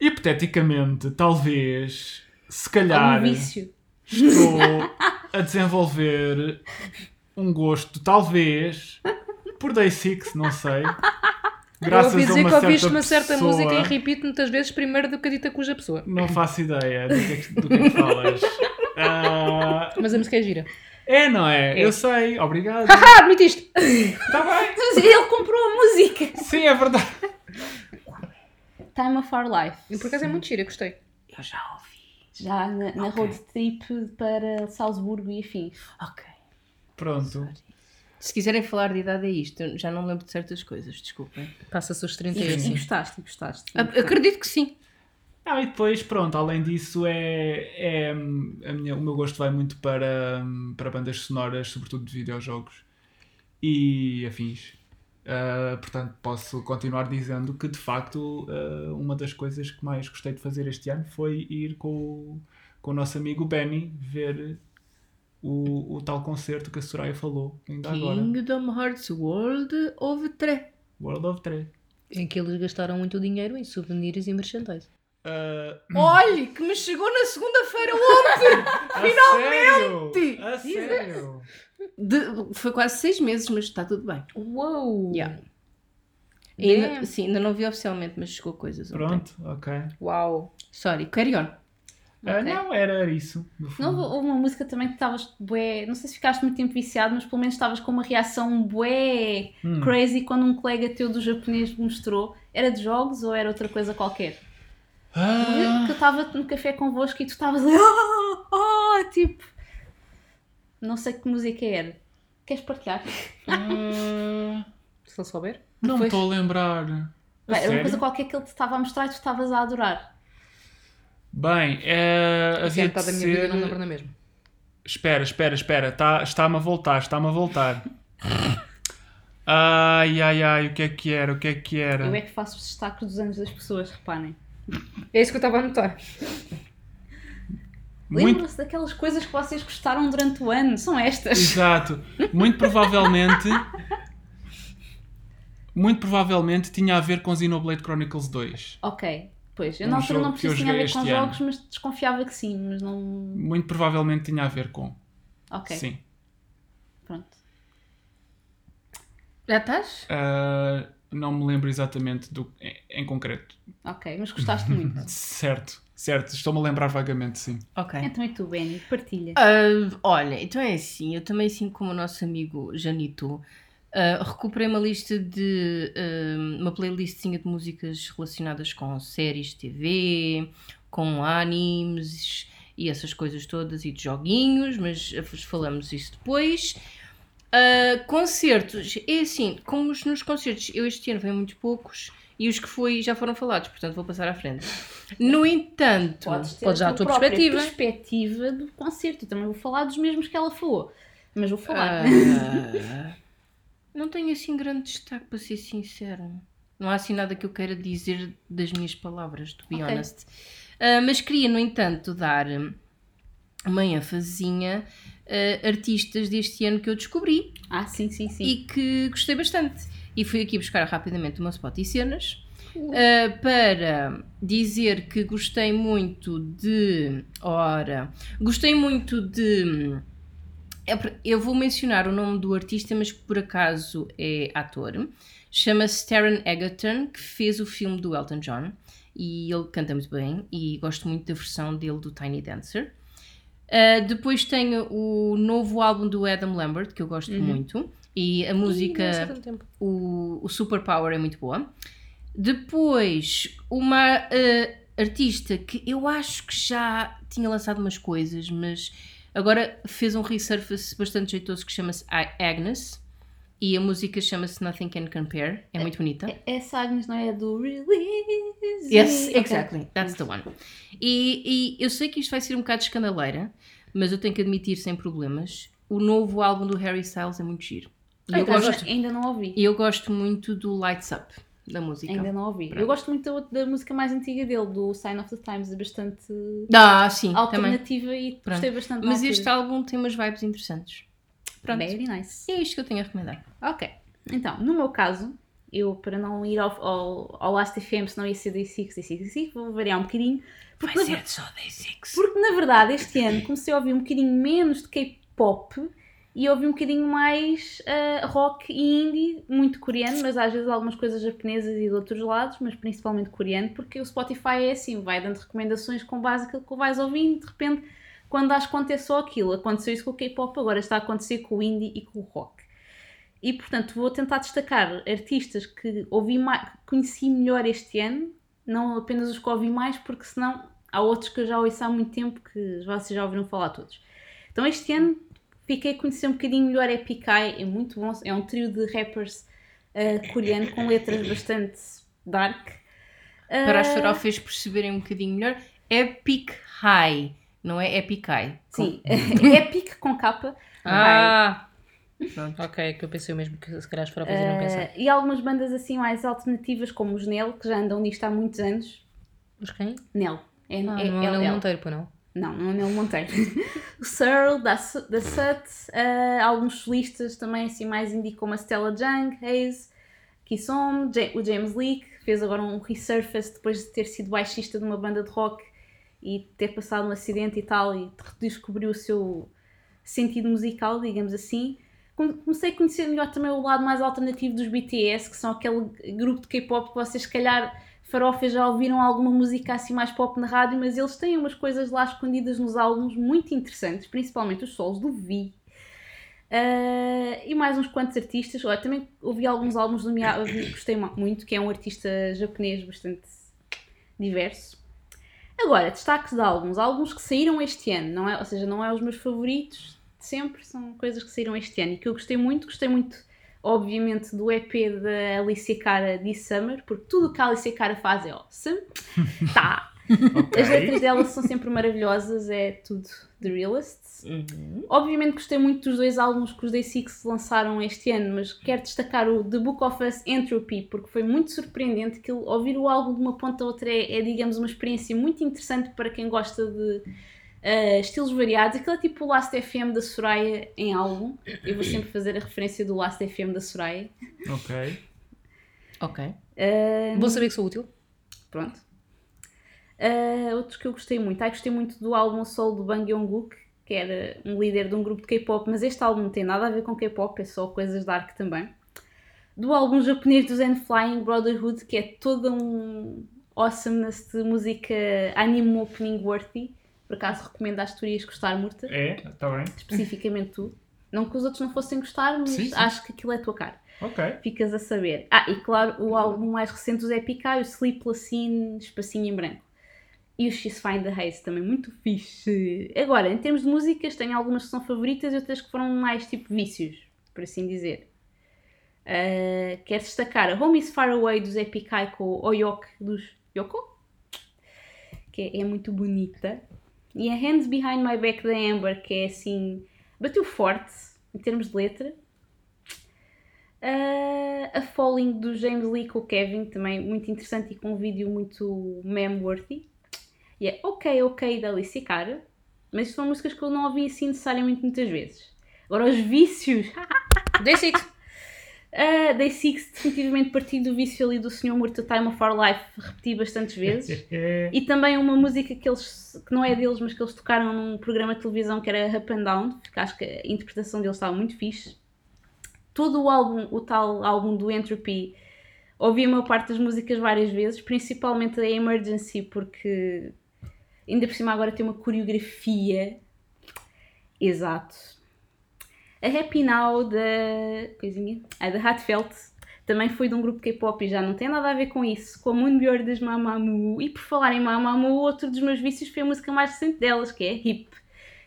C: Hipoteticamente, talvez, se calhar.
B: Algum vício?
C: estou a desenvolver um gosto, talvez, por Day Six, não sei. Graças
D: eu ouvi dizer
C: a uma
D: que
C: certa
D: ouviste uma certa
C: pessoa,
D: música e repito muitas vezes primeiro do que a dita cuja pessoa.
C: Não faço ideia do que é que, do que, é que falas. Ah,
D: Mas a música é gira.
C: é, não é?
D: É.
C: Eu sei, obrigado.
D: Ah, admitiste!
C: Está bem.
B: Mas ele comprou a música!
C: Sim, é verdade.
B: Time of Our Life.
D: E por acaso é muito gira, gostei.
A: Eu já ouvi.
B: Já na, na road trip para Salzburgo e afins.
A: Ok.
C: Pronto.
A: Se quiserem falar de idade é isto, eu já não lembro de certas coisas, desculpem.
D: Passa-se os
B: E,
D: 30
B: e
D: anos.
B: gostaste, e gostaste.
A: A- Acredito que sim.
C: Ah, e depois, pronto, além disso, é, é hum, a minha- o meu gosto vai muito para, hum, para bandas sonoras, sobretudo de videojogos e afins. Ah, portanto, posso continuar dizendo que, de facto, ah, uma das coisas que mais gostei de fazer este ano foi ir com, o- com o nosso amigo Benny ver o, o tal concerto que a Soraya falou ainda agora.
A: Kingdom Hearts World of 3.
C: World of 3.
D: Em que eles gastaram muito dinheiro em souvenirs e merchandise.
C: Ah,
A: Olhe, que me chegou na segunda-feira ontem!
C: a Finalmente! A sério?
A: De- foi quase seis meses, mas está tudo bem.
D: Uou!
A: Yeah.
D: Damn.
A: Ainda, sim, ainda não vi oficialmente, mas chegou coisas ontem.
C: Pronto, ok.
D: Uau!
A: Sorry, carry on.
C: Ah,
A: Ok.
C: não, era isso. no fundo.
B: Não houve houve uma música também que estavas bué, não sei se ficaste muito tempo viciado, mas pelo menos estavas com uma reação bué
C: Hum.
B: crazy quando um colega teu do japonês me mostrou. Era de jogos ou era outra coisa qualquer?
C: Ah,
B: Que eu estava no café convosco e tu estavas ali, ah, ah, tipo. Não sei que música era. Queres partilhar?
C: ah,
D: Se ele souber.
C: não
B: Depois-
C: estou a lembrar. A
B: Pá, Era uma
C: sério?
B: coisa qualquer que ele te estava a mostrar e tu estavas a adorar.
C: Bem, é,
D: Se é
C: havia de
D: metade da minha vida,
C: ser...
D: não me lembro da mesma.
C: Espera, espera, espera. Tá, está-me a voltar, está-me a voltar. Ai, ai, ai, o que é que era, o que é que era?
B: Eu é que faço os destaques dos anos das pessoas, reparem.
D: É isso que eu estava a notar.
C: Muito,
B: Lembram-se daquelas coisas que vocês gostaram durante o ano? São estas.
C: Exato. Muito provavelmente. muito provavelmente tinha a ver com Xenoblade Chronicles 2.
B: Ok, pois. Eu
C: Um
B: na altura não
C: jogo que eu
B: percebi se tinha a ver
C: joguei
B: com
C: este
B: jogos, mas desconfiava que sim, mas não.
C: Muito provavelmente tinha a ver com.
B: Ok,
C: Sim.
B: pronto.
A: Já estás?
C: Ah, não me lembro exatamente do em, em concreto.
B: Ok, mas gostaste muito.
C: Certo, certo. Estou-me a lembrar vagamente, sim.
A: Ok.
B: então e tu, Benny? Partilha.
A: Ah, olha, então é assim, eu também, assim como o nosso amigo Janito, ah, recuperei uma lista de. ah, uma playlistzinha de músicas relacionadas com séries de TV, com animes e essas coisas todas e de joguinhos, mas ah, vos falamos isso depois. Ah, concertos, é assim, como os- nos concertos eu este ano fui a muito poucos e os que fui já foram falados, portanto vou passar à frente. No entanto.
B: Podes ter
D: podes dar a tua
B: própria
D: perspectiva.
B: perspectiva do concerto. Eu também vou falar dos mesmos que ela falou. Mas vou falar.
A: Ah, não tenho assim grande destaque, para ser sincero. Não há assim nada que eu queira dizer das minhas palavras, to be
B: Ok.
A: honest. Ah, mas queria, no entanto, dar uma ênfasezinha a artistas deste ano que eu descobri
B: Ah, sim, sim, sim.
A: e que gostei bastante. E fui aqui buscar rapidamente uma spot e cenas uh, para dizer que gostei muito de. Ora, gostei muito de. é por- Eu vou mencionar o nome do artista, mas que por acaso é ator. Chama-se Taron Egerton, que fez o filme do Elton John e ele canta muito bem e gosto muito da versão dele do Tiny Dancer. Uh, depois tenho o novo álbum do Adam Lambert, que eu gosto muito, e a
D: Uhum. Ih, não
A: música
D: sei tanto é tempo.
A: o, o Superpower é muito boa. Depois, uma eh, artista que eu acho que já tinha lançado umas coisas, mas agora fez um resurface bastante jeitoso que chama-se A- Agnes. E a música chama-se Nothing Can Compare. É muito bonita.
B: Essa Agnes não é do Release.
A: Yes,
B: Ok.
A: exactly. That's the one. E, e eu sei que isto vai ser um bocado escandaleira, mas eu tenho que admitir sem problemas. O novo álbum do Harry Styles é muito giro. E
B: Por
A: eu,
B: acaso,
A: gosto,
B: Então, Ainda não ouvi.
A: e eu gosto muito do Lights Up da música.
B: Ainda não ouvi. Eu
A: Pronto.
B: gosto muito da, outra- da música mais antiga dele, do Sign of the Times, é bastante
A: Ah, sim, também.
B: alternativa e gostei bastante. na
A: Mas este
B: altura.
A: álbum tem umas vibes interessantes. Pronto.
B: Very nice.
A: E é isto que eu tenho a recomendar.
B: Ok. Então, no meu caso, eu para não ir ao, ao, ao Last FM, senão ia ser day 6 e 6 vou variar um bocadinho. Porque, na, ver-
A: só Day 6.
B: porque na verdade este ano comecei a ouvir um bocadinho menos de K-pop e ouvi um bocadinho mais ah, rock e indie, muito coreano, mas às vezes algumas coisas japonesas e de outros lados, mas principalmente coreano, porque o Spotify é assim, vai dando recomendações com base naquilo que vais ouvindo, de repente quando dás conta é só aquilo. Aconteceu isso com o K-pop, agora está a acontecer com o indie e com o rock. E portanto vou tentar destacar artistas que ouvi mais, que conheci melhor este ano, não apenas os que ouvi mais, porque senão há outros que eu já ouço há muito tempo que vocês já ouviram falar todos. Então este ano fiquei a conhecer um bocadinho melhor a Pikai, é muito bom, é um trio de rappers ah, coreano com letras bastante dark. Ah,
A: Para as farofas perceberem um bocadinho melhor, Epic High, não é Epic High.
B: Sim, Epic com capa.
D: Ah!
A: Pronto.
D: Ok, é que eu pensei o mesmo que se calhar as farofas irão pensar.
B: Ah, e algumas bandas assim mais alternativas, como os Nel, que já andam nisto há muitos anos.
D: Mas quem?
B: Nel. É,
D: Ah,
B: é,
D: não
B: é
D: é o Nel
B: Nel.
D: Monteiro, pô não?
B: Não, não é Nel Monteiro. o Searle, da, Su- da Sut, ah, alguns solistas também assim mais indie, como a Stella Jung, Hayes, Kisom, Ja- o James Leake, fez agora um resurface depois de ter sido baixista de uma banda de rock e ter passado um acidente e tal, e redescobriu o seu sentido musical, digamos assim. Come- Comecei a conhecer melhor também o lado mais alternativo dos BTS, que são aquele grupo de K-pop que vocês, se calhar, farofas já ouviram alguma música assim mais pop na rádio, mas eles têm umas coisas lá escondidas nos álbuns muito interessantes, principalmente os solos do Vi. Ah, e mais uns quantos artistas. Olha, também ouvi alguns álbuns do Miyavi que gostei ma- muito, que é um artista japonês bastante diverso. Agora, destaques de álbuns. Alguns que saíram este ano, não é? ou seja, não é os meus favoritos de sempre, são coisas que saíram este ano e que eu gostei muito. Gostei muito, obviamente, do EP da Alicia Cara de Summer, porque tudo o que a Alicia Cara faz é awesome. tá! As letras dela são sempre maravilhosas, é tudo the realest. Obviamente gostei muito dos dois álbuns que os Day Six lançaram este ano, mas quero destacar o The Book of Us Entropy, porque foi muito surpreendente que ouvir o álbum de uma ponta a outra é, é, digamos, uma experiência muito interessante para quem gosta de ah, estilos variados. Aquilo é tipo o Last FM da Soraya em álbum. Eu vou sempre fazer a referência do Last FM da Soraya.
C: Ok.
A: Ok.
D: Bom saber que sou útil.
B: Pronto. Ah, outros que eu gostei muito. Ai, gostei muito do álbum solo do Bang Yongguk, que era um líder de um grupo de K-pop, mas este álbum não tem nada a ver com K-pop, é só coisas dark também. Do álbum japonês do Zen Flying Brotherhood, que é toda um awesomeness de música anime opening worthy. Por acaso recomendo às tuas gostar muito
C: É, está bem.
B: especificamente tu. Não que os outros não fossem gostar, mas
C: Sim, sim.
B: acho que aquilo é a tua cara
C: Ok.
B: ficas a saber. Ah, e claro, o álbum mais recente do Zé Picai, o Sleepless in Espacinho em Branco. E o She's Fine the Haze, também muito fixe. Agora, em termos de músicas, tenho algumas que são favoritas e outras que foram mais tipo vícios, por assim dizer. Ah, quero destacar a Home is Far Away do Zé Picai com o Oyok dos Yoko, que é- é muito bonita. E a Hands Behind My Back da Amber, que é assim, bateu forte em termos de letra. Ah, a Falling do James Lee com o Kevin, também muito interessante e com um vídeo muito meme-worthy. E é Ok Ok da Alicia Cara, mas são músicas que eu não ouvi assim necessariamente muitas vezes. Agora, os vícios.
D: Day Six.
B: Ah, Day Six, definitivamente partido do vício ali do Senhor Morto Time of Our Life, repeti bastantes
C: É,
B: vezes. E também uma música que eles, que não é deles, mas que eles tocaram num programa de televisão que era Up and Down, que acho que a interpretação deles estava muito fixe. Todo o álbum, o tal álbum do Entropy, ouvi a maior parte das músicas várias vezes, principalmente a Emergency, porque ainda por cima agora tem uma coreografia. Exato. A Happy Now da. coisinha. Ah, da Hatfelt. Também foi de um grupo K-pop e já não tem nada a ver com isso. Com a Moonbjörn das Mamamoo. E por falar em Mamamoo, outro dos meus vícios foi a música mais recente delas, que é Hip.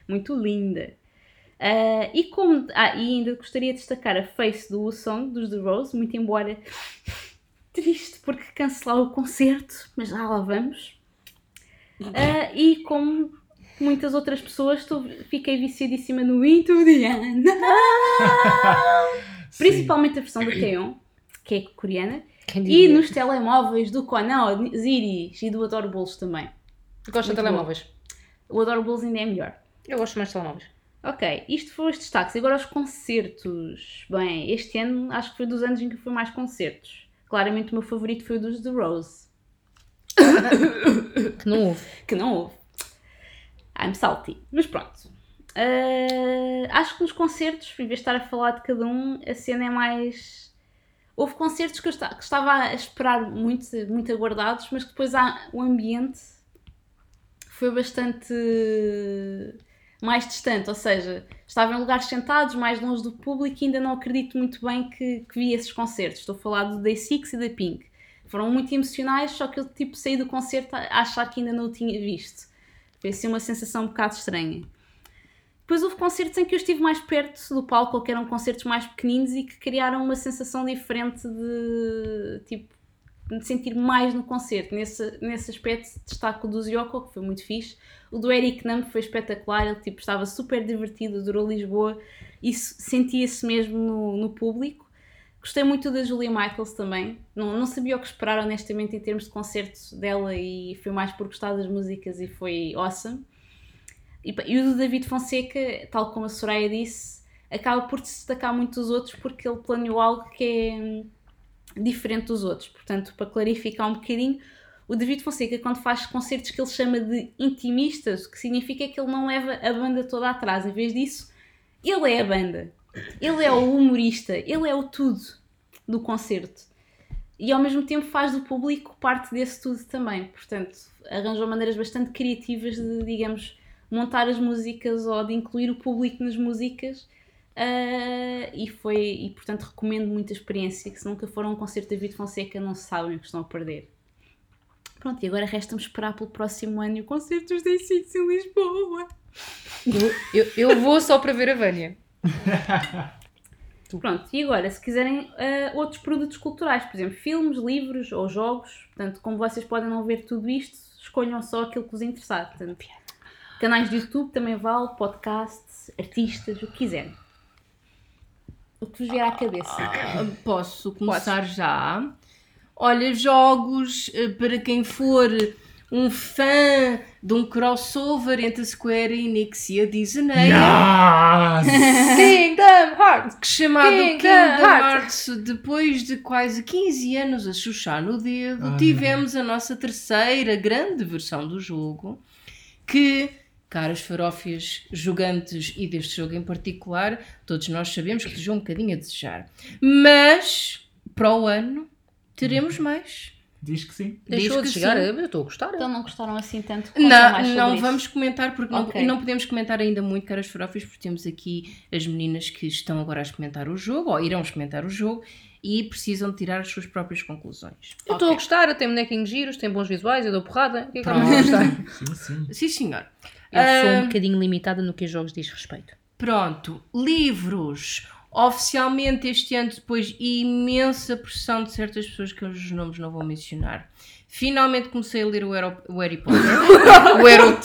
B: Muito linda. Ah, e como. Ah, e ainda gostaria de destacar a Face do Song dos The Rose, muito embora triste porque cancelar o concerto, mas já lá vamos. Ah, e como muitas outras pessoas, estou- fiquei viciadíssima no Into the End. Principalmente a versão do Taeyeon, que é coreana,
D: Quem
B: e
D: diria?
B: nos telemóveis do Conan Osiris e do Adoro Bolos também.
D: Gosto
B: Muito
D: de telemóveis.
B: O Adoro Bolos ainda é melhor.
D: Eu gosto mais de telemóveis.
B: Ok, isto foram os destaques. Agora os concertos. Bem, este ano acho que foi dos anos em que eu fui mais concertos. Claramente o meu favorito foi o dos The Rose,
D: Que não houve.
B: que não houve. I'm salty. Mas pronto. Ah, acho que nos concertos, em vez de estar a falar de cada um, a cena é mais. Houve concertos que eu esta- que estava a esperar muito, muito aguardados, mas que depois há, o ambiente foi bastante mais distante, ou seja, estava em lugares sentados, mais longe do público e ainda não acredito muito bem que, que vi esses concertos. Estou a falar do Day Six e da Pink. Foram muito emocionais, só que eu tipo, saí do concerto a achar que ainda não o tinha visto. Foi assim uma sensação um bocado estranha. Depois houve concertos em que eu estive mais perto do palco, ou que eram concertos mais pequeninos e que criaram uma sensação diferente de tipo de sentir mais no concerto. Nesse, nesse aspecto destaco o do Yoko, que foi muito fixe. O do Eric Nam foi espetacular, ele tipo, estava super divertido, adorou Lisboa e se- sentia-se mesmo no, no público. Gostei muito da Julia Michaels também. Não, não sabia o que esperar, honestamente, em termos de concertos dela e foi mais por gostar das músicas e foi awesome. E, pa- e o do David Fonseca, tal como a Soraya disse, acaba por se destacar muito dos outros porque ele planeou algo que é hum, diferente dos outros. Portanto, para clarificar um bocadinho, o David Fonseca, quando faz concertos que ele chama de intimistas, o que significa que ele não leva a banda toda atrás. Em vez disso, ele é a banda. Ele é o humorista. Ele é o tudo do concerto. E ao mesmo tempo faz do público parte desse tudo também. Portanto, arranjou maneiras bastante criativas de, digamos, montar as músicas ou de incluir o público nas músicas. Ah, e foi, e portanto recomendo muito a experiência, que se nunca foram a um concerto de David Fonseca não sabem o que estão a perder. Pronto, e agora resta-me esperar pelo próximo ano e o concerto dos Day6 em Lisboa.
D: Eu, eu, eu vou só para ver a Vânia.
B: Pronto, e agora, se quiserem ah, outros produtos culturais, por exemplo, filmes, livros ou jogos, portanto, como vocês podem não ver tudo isto, escolham só aquilo que vos interessar. Portanto, canais de YouTube também vale, podcasts, artistas, o que quiserem. O que vos vier à cabeça.
A: Ah, Posso começar já. Olha, jogos eh, para quem for um fã de um crossover entre a Square Enix e a Disney.
C: Yes!
D: Kingdom Hearts!
A: Que chamado
D: Kingdom
A: Kingdom,
D: Hearts.
A: Hearts. depois de quase 15 anos a chuchar no dedo,
C: Ai.
A: tivemos a nossa terceira grande versão do jogo, que, caras farófias, jogantes e deste jogo em particular, todos nós sabemos que deixou um bocadinho a desejar. Mas, para o ano, teremos mais.
C: Diz que sim.
D: Deixou
A: Diz
D: de
A: que
D: chegar,
A: sim.
D: eu estou a gostar.
B: Então não gostaram assim tanto? Contem mais
A: Não,
B: sobre
A: não
B: isso.
A: vamos comentar porque não-
B: Ok.
A: não, podemos comentar ainda muito caras farófias porque temos aqui as meninas que estão agora a experimentar o jogo ou irão experimentar o jogo e precisam tirar as suas próprias conclusões.
D: Eu estou a gostar, tem bonequinhos giros, tem bons visuais, eu dou porrada. O que é que eu não vou gostar?
C: Pronto. Sim, sim.
A: Sim, senhor.
D: Eu sou um bocadinho limitada no que a jogos diz respeito.
A: Pronto, livros. Oficialmente este ano, depois imensa pressão de certas pessoas que os nomes não vou mencionar. Finalmente comecei a ler o, Aero- o Harry Potter. o, Aero-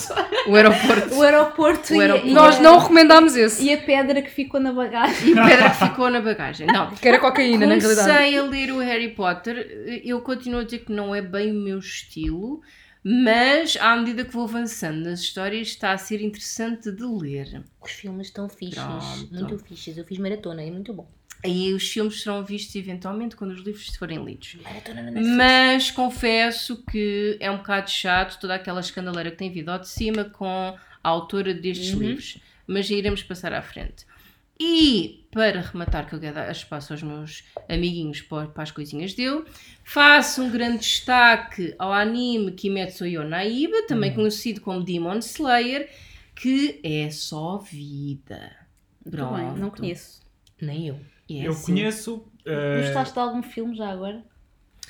A: o aeroporto.
B: O aeroporto,
A: O
B: e a-
A: aeroporto.
B: E,
D: Nós
B: a,
D: não recomendámos esse,
B: e a pedra que ficou na bagagem.
A: E a pedra que ficou na bagagem. Não.
D: que era cocaína, na realidade.
A: Comecei a ler o Harry Potter, eu continuo a dizer que não é bem o meu estilo, mas à medida que vou avançando nas histórias está a ser interessante de ler.
D: Os filmes estão fixes,
A: Pronto.
D: muito fixes. Eu fiz maratona, é muito bom.
A: Aí os filmes serão vistos eventualmente quando os livros forem lidos.
D: Maratona na Netflix.
A: Mas confesso que é um bocado chato toda aquela escandaleira que tem vindo ao de cima com a autora destes
D: Uhum.
A: livros, mas já iremos passar à frente. E para rematar, que eu quero dar espaço aos meus amiguinhos para para as coisinhas dele, faço um grande destaque ao anime Kimetsu no Yaiba, também
D: Uhum.
A: conhecido como Demon Slayer, que é só vida.
B: Muito bem, não
A: Pronto.
B: conheço.
D: Nem eu.
A: E é
C: Eu
A: assim.
C: conheço. eh,
B: Gostaste de algum filme já agora?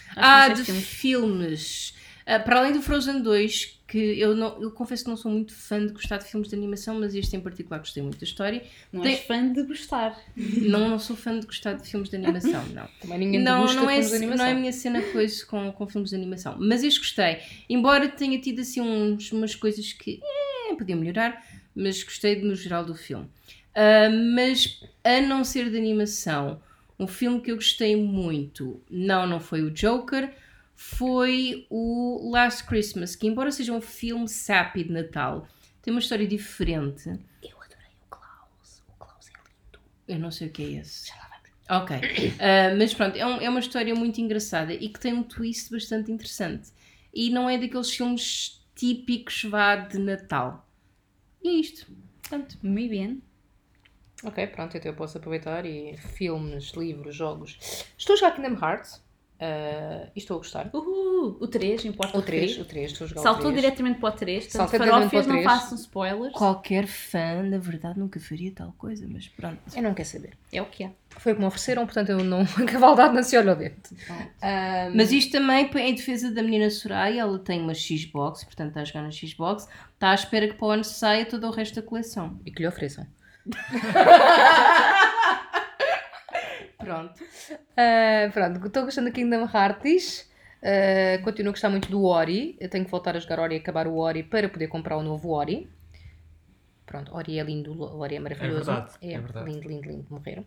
B: Acho que
A: Ah,
B: não
A: de
B: sei filmes.
A: filmes. Ah, para além do Frozen 2, que eu, não, eu confesso que não sou muito fã de gostar de filmes de animação, mas este em particular gostei muito da história.
B: Não
A: tem-
B: és fã de gostar.
A: Não, não sou fã de gostar de filmes de animação, não.
D: Também ninguém não,
A: não,
D: gosta
A: não, é,
D: de animação.
A: não é a minha cena coisa com, com filmes de animação. Mas este gostei. Embora tenha tido assim uns, umas coisas que eh, podiam melhorar, mas gostei no geral do filme. Ah, mas a não ser de animação, um filme que eu gostei muito, não, não foi o Joker, foi o Last Christmas, que embora seja um filme sappy de Natal, tem uma história diferente.
D: Eu adorei o Klaus. O Klaus é lindo.
A: Eu não sei o que é esse. Ok. Ah, mas pronto, é, um- é uma história muito engraçada e que tem um twist bastante interessante. E não é daqueles filmes típicos vá de Natal. E é isto. Portanto,
B: Muito bem.
D: Ok, pronto, então eu posso aproveitar e filmes, livros, jogos. Estou a jogar Kingdom Hearts eh, e estou a gostar.
B: Uhul! O 3, importa
D: O 3, o 3, estou a jogar
B: Saltou
D: o 3.
B: diretamente para o 3. Portanto,
D: Saltei diretamente
B: farófias,
D: para o
B: não
D: três.
B: façam spoilers.
A: qualquer fã, na verdade, nunca faria tal coisa, mas pronto.
D: Eu não quero saber.
B: É o que é.
D: Foi o que me ofereceram, portanto eu não. A cavaldade não se olha ao dente.
A: Mas isto também, em defesa da menina Soraya, ela tem uma Xbox, portanto está a jogar na Xbox, está à espera que para o ano saia todo o resto da coleção.
D: E que lhe ofereçam.
A: Pronto.
D: Ah, pronto, estou gostando do Kingdom Hearts. Ah, continuo a gostar muito do Ori. Eu tenho que voltar a jogar Ori e acabar o Ori para poder comprar o novo Ori. Pronto, Ori é lindo, Ori é maravilhoso.
C: É verdade, é verdade.
D: lindo, lindo, lindo, morreram.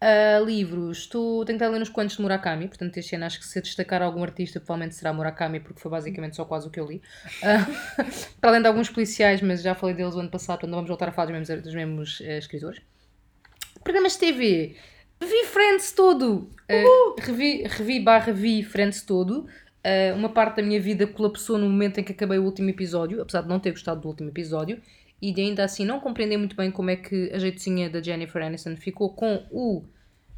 D: Ah, livros, estou, tenho que estar a ler uns quantos de Murakami, portanto este ano acho que se eu destacar algum artista provavelmente será Murakami, porque foi basicamente só quase o que eu li. Ah, para além de alguns policiais, mas já falei deles o ano passado, portanto não vamos voltar a falar dos mesmos, dos mesmos, eh, escritores. Programas de TV, Vi Friends todo! Uh, revi, revi barra vi Friends todo. Uh, uma parte da minha vida colapsou no momento em que acabei o último episódio, apesar de não ter gostado do último episódio, e de ainda assim não compreender muito bem como é que a jeitozinha da Jennifer Aniston ficou com o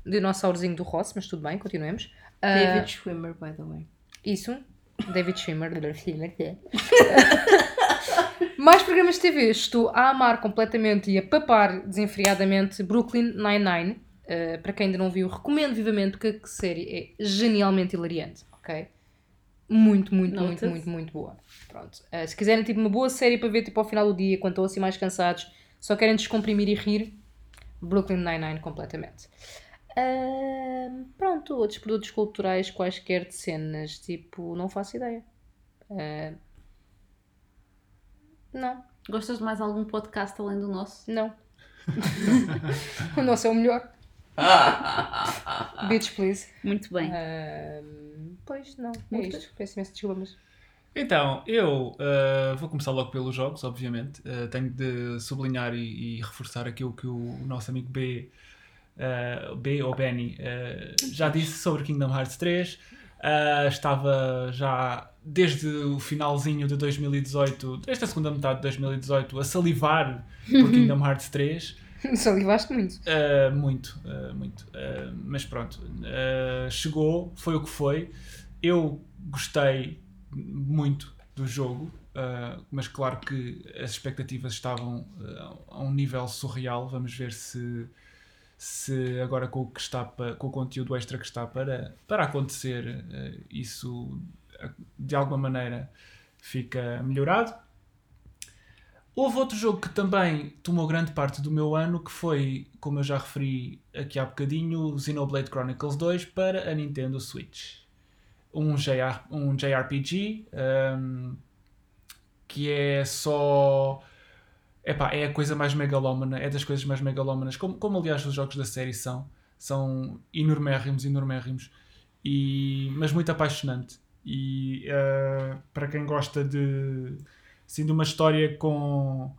D: dinossaurozinho do Ross, mas tudo bem, continuemos. Uh,
A: David Schwimmer, by the way.
D: isso. David Schwimmer. é. Mais programas de TV. Estou a amar completamente e a papar desenfreadamente Brooklyn Nine-Nine. Uh, para quem ainda não viu, recomendo vivamente porque a série é genialmente hilariante, ok? Muito, muito, muito,
B: Noted.
D: muito, muito boa. Pronto. Uh, se quiserem tipo uma boa série para ver tipo ao final do dia, quando estão assim mais cansados, só querem descomprimir e rir, Brooklyn Nine-Nine completamente. Ahm, pronto, outros produtos culturais, quaisquer de cenas, tipo, não faço ideia. Ahm, não,
B: Gostas de mais algum podcast além do nosso?
D: não. o nosso é o melhor. Bitch, please.
B: Muito bem.
D: É. Ahm, pois não, é
B: Muito
D: isto. Peço imensa desculpa, mas.
C: Então, eu ah, vou começar logo pelos jogos, obviamente. Ah, tenho de sublinhar e, e reforçar aquilo que o, o nosso amigo B, ah, B ou Benny, ah, já disse sobre Kingdom Hearts 3. Ah, estava já desde o finalzinho de 2018, desde a segunda metade de 2018, a salivar por Kingdom Hearts 3.
D: Salivaste muito.
C: Uh, muito, uh, muito. Uh, mas pronto, uh, chegou, foi o que foi. Eu gostei muito do jogo, uh, mas claro que as expectativas estavam uh, a um nível surreal. Vamos ver se, se agora com o, que está pa- com o conteúdo extra que está para, para acontecer, uh, isso uh, de alguma maneira fica melhorado. Houve outro jogo que também tomou grande parte do meu ano, que foi, como eu já referi aqui há bocadinho, Xenoblade Chronicles 2 para a Nintendo Switch. Um, JR, um JRPG hum, que é só. Epá, é a coisa mais megalómana, é das coisas mais megalómanas, como, como aliás os jogos da série são. São enormérrimos, enormérrimos, e, mas muito apaixonante. E ah, para quem gosta de, assim, de uma história com.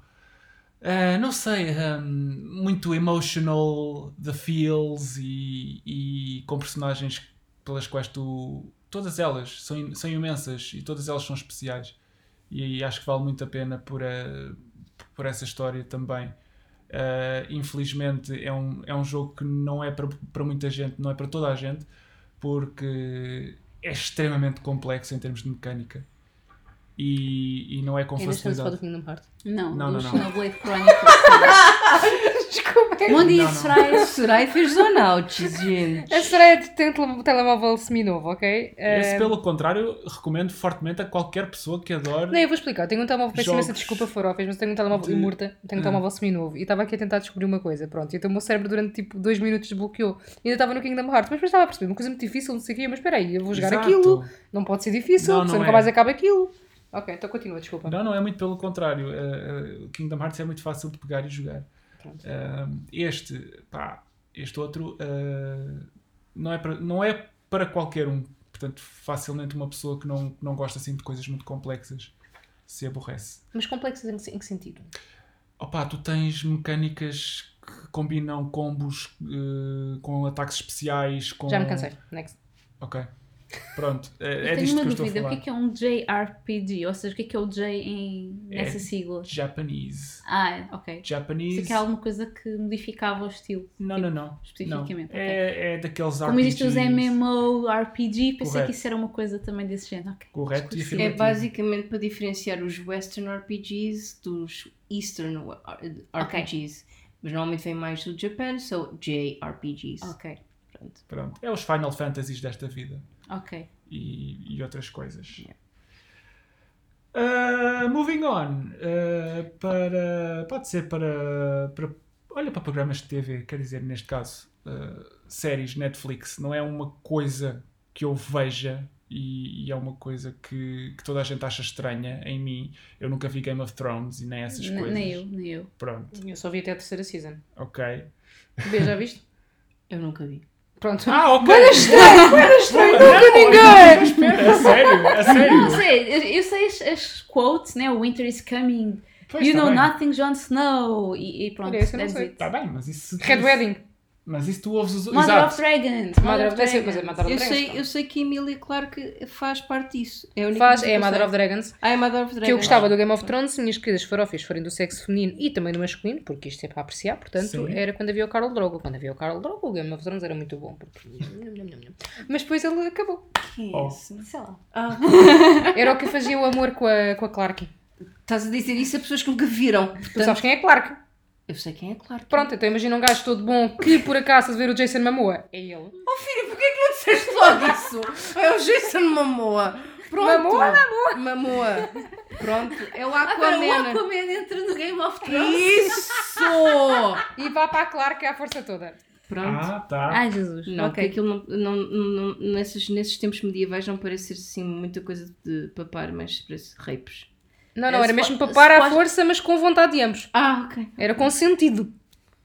C: eh, não sei, hum, muito emotional, the feels e, e com personagens pelas quais tu. Todas elas são, im- são imensas e todas elas são especiais. E acho que vale muito a pena por, eh, por essa história também. Eh, infelizmente é um, é um jogo que não é para, para muita gente, não é para toda a gente, porque é extremamente complexo em termos de mecânica e, e não é com
D: Ainda estamos a falar
C: facilidade.
D: do Kingdom Hearts.
B: Não,
C: Não,
B: não,
C: não,
B: não.
C: não.
B: Xenoblade Chronicles.
D: Desculpa.
B: Onde
C: Não,
B: isso,
C: não.
B: Soraya?
A: é Soraya fez zone out, gente.
D: A Soraya tem um telemóvel seminovo, ok?
C: Esse,
D: Ah,
C: pelo contrário, recomendo fortemente a qualquer pessoa que adore.
D: Não, eu vou explicar. Eu tenho um telemóvel, peço imensa
C: Jogos
D: desculpa, farofas, mas tenho um telemóvel
C: de-
D: de... murta, tenho um
C: Ah.
D: telemóvel seminovo e estava aqui a tentar descobrir uma coisa, pronto. Então o meu cérebro durante tipo dois minutos desbloqueou. E ainda estava no Kingdom Hearts, mas depois estava a perceber uma coisa muito difícil, não sei o quê, mas espera aí, eu vou jogar
C: Exato.
D: aquilo, não pode ser difícil,
C: Não,
D: você
C: não
D: nunca
C: é.
D: mais acaba aquilo. Ok, então continua, desculpa.
C: Não, não, é muito pelo contrário. Eh, eh, O Kingdom Hearts é muito fácil de pegar e jogar.
D: Pronto.
C: Ahm, este, pá, este outro ah, não, é para, não é para qualquer um. Portanto, facilmente uma pessoa que não, que não gosta assim de coisas muito complexas se aborrece.
D: Mas complexos em, que- em que sentido?
C: Opa, tu tens mecânicas que combinam combos eh, com ataques especiais. Com...
D: Já me cansei. Next.
C: Ok. Pronto.
B: Eu
C: É, é
B: tenho
C: disto
B: uma
C: que eu estou a
B: dúvida, o
C: falar.
B: que é, que é um JRPG? Ou seja, o que é que é o J em...
C: É.
B: nessa sigla?
C: Japanese.
B: Ah, ok.
C: Japanese.
B: Isso que é alguma coisa que modificava o estilo.
C: Não, não, não.
B: Especificamente,
C: Não. É, é daqueles
B: Como existem os
C: RPGs.
B: MMORPG, pensei
C: Correto.
B: que isso era uma coisa também desse género. Ok.
C: Correto e
B: Esqueci.
A: É
C: afirmativo.
A: basicamente para diferenciar os Western RPGs dos Eastern RPGs. Mas normalmente vem mais do Japan, são JRPGs.
D: Ah.
B: Ok,
A: Pronto.
C: Pronto. É os Final Fantasies desta vida.
B: ok.
C: e, e outras coisas. Ah, moving on ah, para pode ser para, para olha para programas de TV quer dizer neste caso ah, séries Netflix não é uma coisa que eu veja e, e é uma coisa que, que toda a gente acha estranha em mim eu nunca vi Game of Thrones e nem essas
B: N-
C: coisas
B: Nem eu, nem eu.
C: pronto
D: Eu só vi até a terceira season.
C: ok
D: B, já viste?
A: Eu nunca vi.
D: Pronto.
C: ah ok nunca ninguém espera a sério a
B: Não
C: sério
B: sei, eu- eu sei as, as quotes, né? O Winter is coming,
C: Pois,
B: you
C: tá
B: know
C: bem.
B: nothing, Jon Snow, e, e pronto,
D: Olha, esse eu não
B: that's
D: sei.
B: it.
C: Tá bem, mas isso.
D: Red Wedding.
C: Mas isso tu ouves os.
B: Mother
C: Exato.
B: of Dragons.
D: Mother of Dragons, mas é Mother of
A: Eu
D: Dragons.
A: sei, eu sei que a Emilia Clarke faz parte disso. É a única
D: Faz,
A: coisa
D: é a
A: que eu
D: Mother
A: sei.
D: of Dragons.
A: Ah, é Mother of Dragons.
D: Que eu gostava do Game of Thrones, se minhas queridas farófias forem do sexo feminino e também do masculino, porque isto é para apreciar, portanto,
C: Sim.
D: era quando havia o Carl Drogo. Quando havia o Carl Drogo, o Game of Thrones era muito bom. Porque... Mas depois ele acabou.
A: Que é
C: Oh.
A: isso?
B: Sei lá.
A: Ah,
D: Era o que fazia o amor com a, com a Clark.
A: estás a dizer isso a pessoas que nunca viram.
D: Tu
A: Portanto,
D: sabes quem é Clark?
A: eu sei quem é Clarke.
D: Pronto, então imagina um gajo todo bom que por acaso de ver o Jason Momoa. É ele.
A: Filha, porquê que não disseste logo isso? É o Jason Mamoa. Pronto.
D: Mamoa,
A: Mamoa. Pronto, é o
B: Agora o
A: Aquaman.
B: Aquaman entra no Game of Thrones.
A: Isso!
D: E vá para a Clark à força toda.
A: Pronto.
C: Ah, tá.
B: Ai, Jesus.
A: Não,
B: Ok.
A: porque aquilo não, não, não- não- nesses, nesses tempos medievais não parece ser assim muita coisa de papar, mas parece rapes.
D: Não, não,
A: É,
B: Era
D: era mesmo
B: supo-
D: para parar à
B: suposto-
D: força, mas com vontade de ambos.
A: Ah, ok.
D: Era com sentido.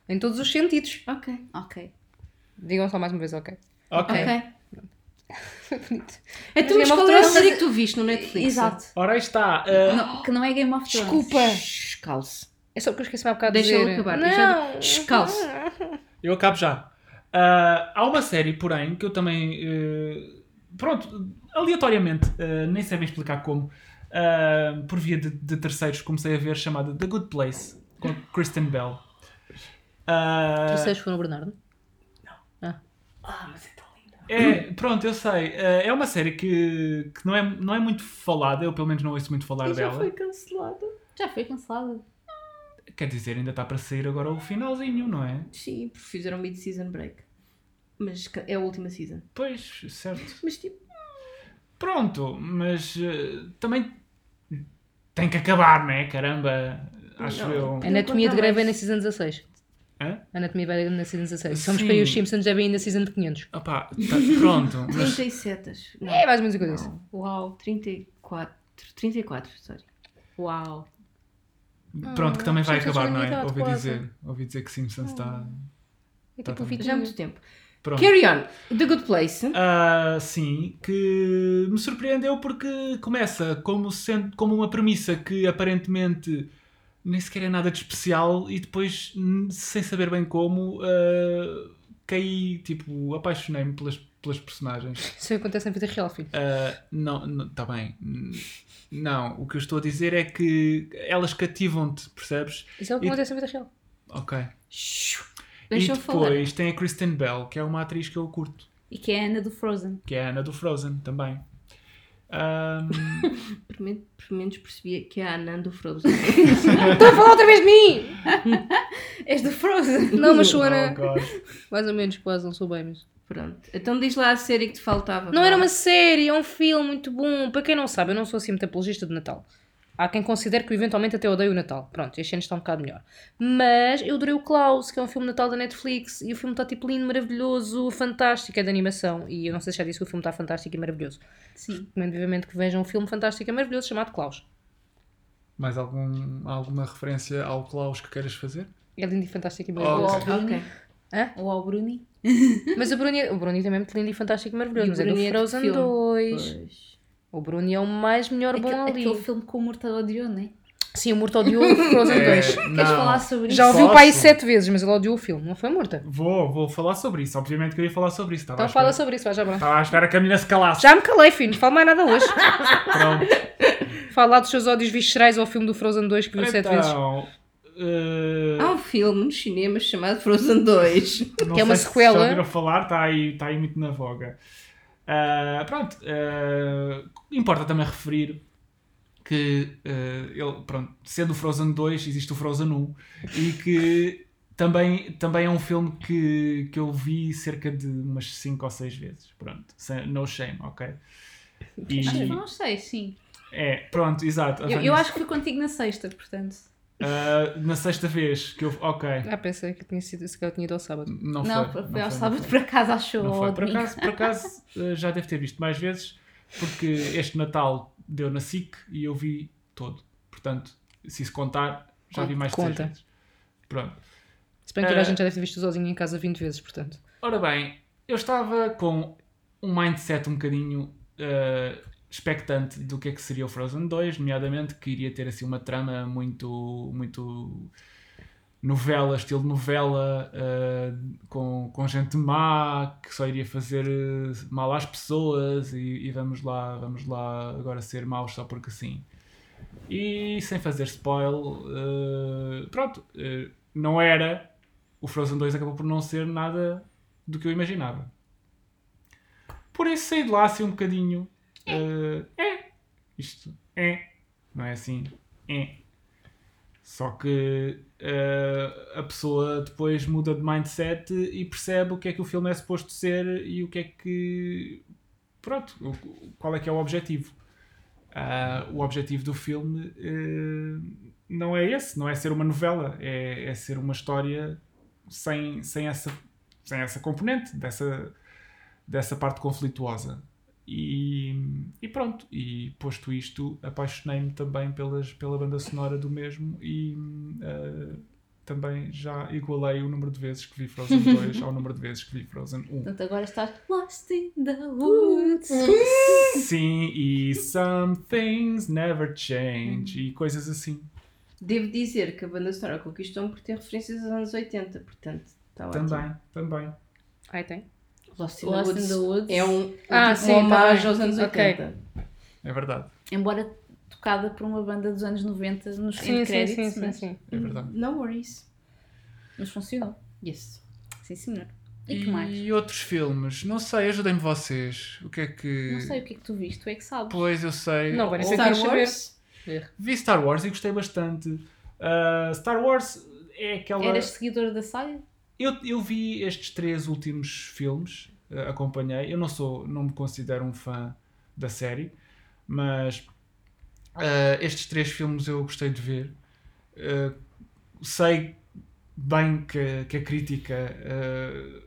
D: Em todos os sentidos.
A: Ok.
B: Ok.
D: Digam só mais uma vez, ok.
C: Ok.
A: Ok.
D: Foi bonito.
A: Então, mas
D: Game of
A: qual era a
D: Thrones-
A: série que tu viste no Netflix?
B: Exato.
C: Ora aí está. Ah,
B: Não, que não é Game of Thrones.
D: Desculpa.
A: Shhh, Calce.
D: É só porque eu esqueci-me há bocado de
A: Deixa
D: dizer.
A: ele acabar.
D: Não.
A: Deixa... Shhh, Calce.
C: Eu acabo já. Ah, há uma série, porém, que eu também. eh, pronto, aleatoriamente, eh, nem sei bem explicar como, ah, por via de, de terceiros, comecei a ver chamada The Good Place, com Kristen Bell. Ah,
D: Terceiros foram o Bernardo.
C: é, pronto, eu sei. Ah, é uma série que, que não, é, não é muito falada, eu pelo menos não ouço muito falar dela.
A: cancelada.
B: Já foi cancelado.
C: Quer dizer, ainda está para sair agora o finalzinho, não é?
A: Sim, porque fizeram mid-season break. Mas ca- é a última season.
C: Pois, certo.
A: Mas tipo,
C: Pronto, mas eh, também tem que acabar, não é? Caramba, acho
A: Não.
C: eu.
D: Anatomia de
A: contar
D: Grey
A: mais.
D: vem na Season 16.
C: Hã?
D: Anatomia vai na Season 16. Somos
C: Sim.
D: para aí os Simpsons devem ir na Season de 500.
C: Opá, tá, pronto, mas
A: 37. Não,
D: É mais ou menos o que eu disse.
A: não.
B: Uau.
A: 34. 34, sorry.
B: Uau.
C: pronto, que também vai
D: já
C: acabar, não é?
D: tinha
C: Ouvi
D: quase.
C: dizer, ouvi dizer que Simpsons está.
D: É
C: Tá
D: tipo o
C: bem.
A: Já há
D: Vitinho.
A: muito tempo.
C: Pronto.
A: Carry on. The Good Place.
C: Ah, sim, que me surpreendeu porque começa como, sendo, como uma premissa que aparentemente nem sequer é nada de especial e depois, n- sem saber bem como, ah, caí, tipo, apaixonei-me pelas, pelas personagens.
D: Isso acontece na vida real, filho.
C: Ah, não, não, tá bem. Hum, Não, o que eu estou a dizer é que elas cativam-te, percebes?
D: Isso é o que
C: E-
D: acontece na vida real.
C: Ok.
A: Deixa
C: e
A: eu falar.
C: depois tem a Kristen Bell, que é uma atriz que eu curto,
B: E que é a Ana do Frozen.
C: que é a Ana do Frozen também. Ahm,
A: Pelo menos- pelo menos percebia que é a Anand do Frozen.
D: Estou Tá a falar outra vez de mim!
B: És do Frozen.
D: Não, mas sou
C: oh,
D: Ana.
C: gosto.
D: Mais ou menos, quase, não sou bem, mas.
A: Pronto. Então diz lá a série que te faltava.
D: Não era uma
A: Clara.
D: série, é um filme muito bom. Para quem não sabe, eu não sou assim muito apologista de Natal. Há quem considere que eu eventualmente até odeio o Natal. Pronto, este ano está um bocado melhor. Mas eu adorei o Klaus, que é um filme de Natal da Netflix, e o filme está tipo lindo, maravilhoso, fantástico, é de animação. E eu não sei se já disse que o filme está fantástico e maravilhoso.
B: Sim.
D: Recomendo vivamente que vejam um filme fantástico e maravilhoso chamado Klaus.
C: Mais algum, alguma referência ao Klaus que queiras fazer?
D: É lindo e
A: Oh.
D: fantástico e
B: Ou
D: maravilhoso.
B: ao Bruni.
A: Ok.
D: Hã?
B: Ou ao Bruni.
D: Mas o Bruni, o Bruni também é muito lindo e fantástico e maravilhoso.
A: E o
D: mas é do
A: Bruni é de
D: Frozen
A: filme.
D: 2.
A: Pois.
D: O Bruni é o mais melhor bom
B: Aquele,
D: ali.
B: aquele filme com o Mortadelo não é?
D: Sim, o Morto Odiou e o Frozen
C: É.
D: 2.
B: Queres falar sobre isso?
D: Já ouviu o
C: Posso?
D: pai sete vezes, mas ele odiou o filme, não foi morta.
C: Vou, vou falar sobre isso. Obviamente que é. eu ia falar sobre isso. Estava
D: Então
C: à
D: fala
C: espera,
D: sobre isso, vai já Bruno.
C: estava à espera que a menina se calasse.
D: Já me calei, filho, não falo mais nada hoje.
C: Pronto.
D: fala lá dos seus ódios viscerais ao filme do Frozen 2 que viu sete vezes.
C: Então, eh,
A: Há um filme nos cinemas chamado Frozen 2.
C: Não
D: Que é
C: sei
D: uma
C: se
D: sequela.
C: Já ouviram falar, está aí, tá aí muito na voga. Ah, pronto, ah, importa também referir que, ah, ele, pronto, sendo o Frozen 2, existe o Frozen 1 e que também, também é um filme que, que eu vi cerca de umas 5 ou 6 vezes. Pronto, sem- no shame, ok? E-
B: Acho que foram os seis, sim.
C: é, pronto, exato.
B: Eu, eu acho que fui contigo na sexta, portanto.
C: Ah, na sexta vez que eu. Ok,
D: Ah, pensei que tinha sido, se calhar tinha ido ao sábado.
C: não,
B: Não,
C: foi.
B: foi,
C: não
B: ao
C: foi, não
B: sábado
C: foi.
B: para casa, achou.
C: Não
B: Ou ao
C: foi. Por
B: domingo.
C: acaso, por acaso eh, já deve ter visto mais vezes, porque este Natal deu na SIC e eu vi todo. Portanto, se isso contar, já vi mais de três
D: Conta.
C: vezes. Pronto.
D: Se bem que toda a
C: Ah.
D: gente já deve ter visto sozinho em casa 20 vezes, portanto.
C: Ora bem, eu estava com um mindset um bocadinho eh, expectante do que é que seria o Frozen 2, nomeadamente que iria ter assim uma trama muito, muito novela, estilo novela, eh, com, com gente má que só iria fazer eh, mal às pessoas e, e vamos lá, vamos lá agora ser maus só porque sim. E sem fazer spoil, eh, pronto, eh, não era. O Frozen 2 acabou por não ser nada do que eu imaginava. Por isso saí de lá assim um bocadinho. eh, é. Isto é. Não é assim. É. Só que eh, a pessoa depois muda de mindset e percebe o que é que o filme é suposto ser e o que é que. Pronto, o- qual é que é o objetivo. Ah, o objetivo do filme eh, não é esse, não é ser uma novela, é, é ser uma história sem, sem, essa, sem essa componente, dessa, dessa parte conflituosa. E, e pronto, e posto isto, apaixonei-me também pelas, pela banda sonora do mesmo e ah, também já igualei o número de vezes que vi Frozen 2 ao número de vezes que vi Frozen 1.
B: Portanto, agora estás lost in the woods.
C: Sim, e some things never change e coisas assim.
A: Devo dizer que a banda sonora conquistou-me por ter referências aos anos 80, portanto, está ótimo.
C: Também, também.
D: Ai, tem.
A: Lost in the
B: Lost in
A: Woods
B: the Woods.
A: é um,
D: Ah,
A: ah,
D: sim,
A: uma homagem
D: tá bem.
A: aos anos
D: Ok.
A: 80.
C: É verdade,
B: Embora tocada por uma banda dos anos 90 nos
D: Sim, sim,
B: créditos,
D: sim, sim,
B: mas,
D: sim.
C: é verdade.
A: Hum, No worries.
B: mas funcionou.
A: Yes.
B: Sim, senhor. E que mais?
C: E outros filmes? Não sei, ajudem-me vocês. O que é que.
B: Não sei o que é que tu viste, tu é que sabes.
C: Pois eu sei.
D: Não, agora
C: Ou-
D: sei que
A: Star
D: queres
A: Wars.
C: Vi Star Wars e gostei bastante. Ah, Star Wars é aquela.
B: Eras seguidor da saga?
C: Eu, eu vi estes três últimos filmes, eh, acompanhei. Eu não sou, não me considero um fã da série, mas eh, estes três filmes eu gostei de ver. Eh, sei bem que, que a crítica eh,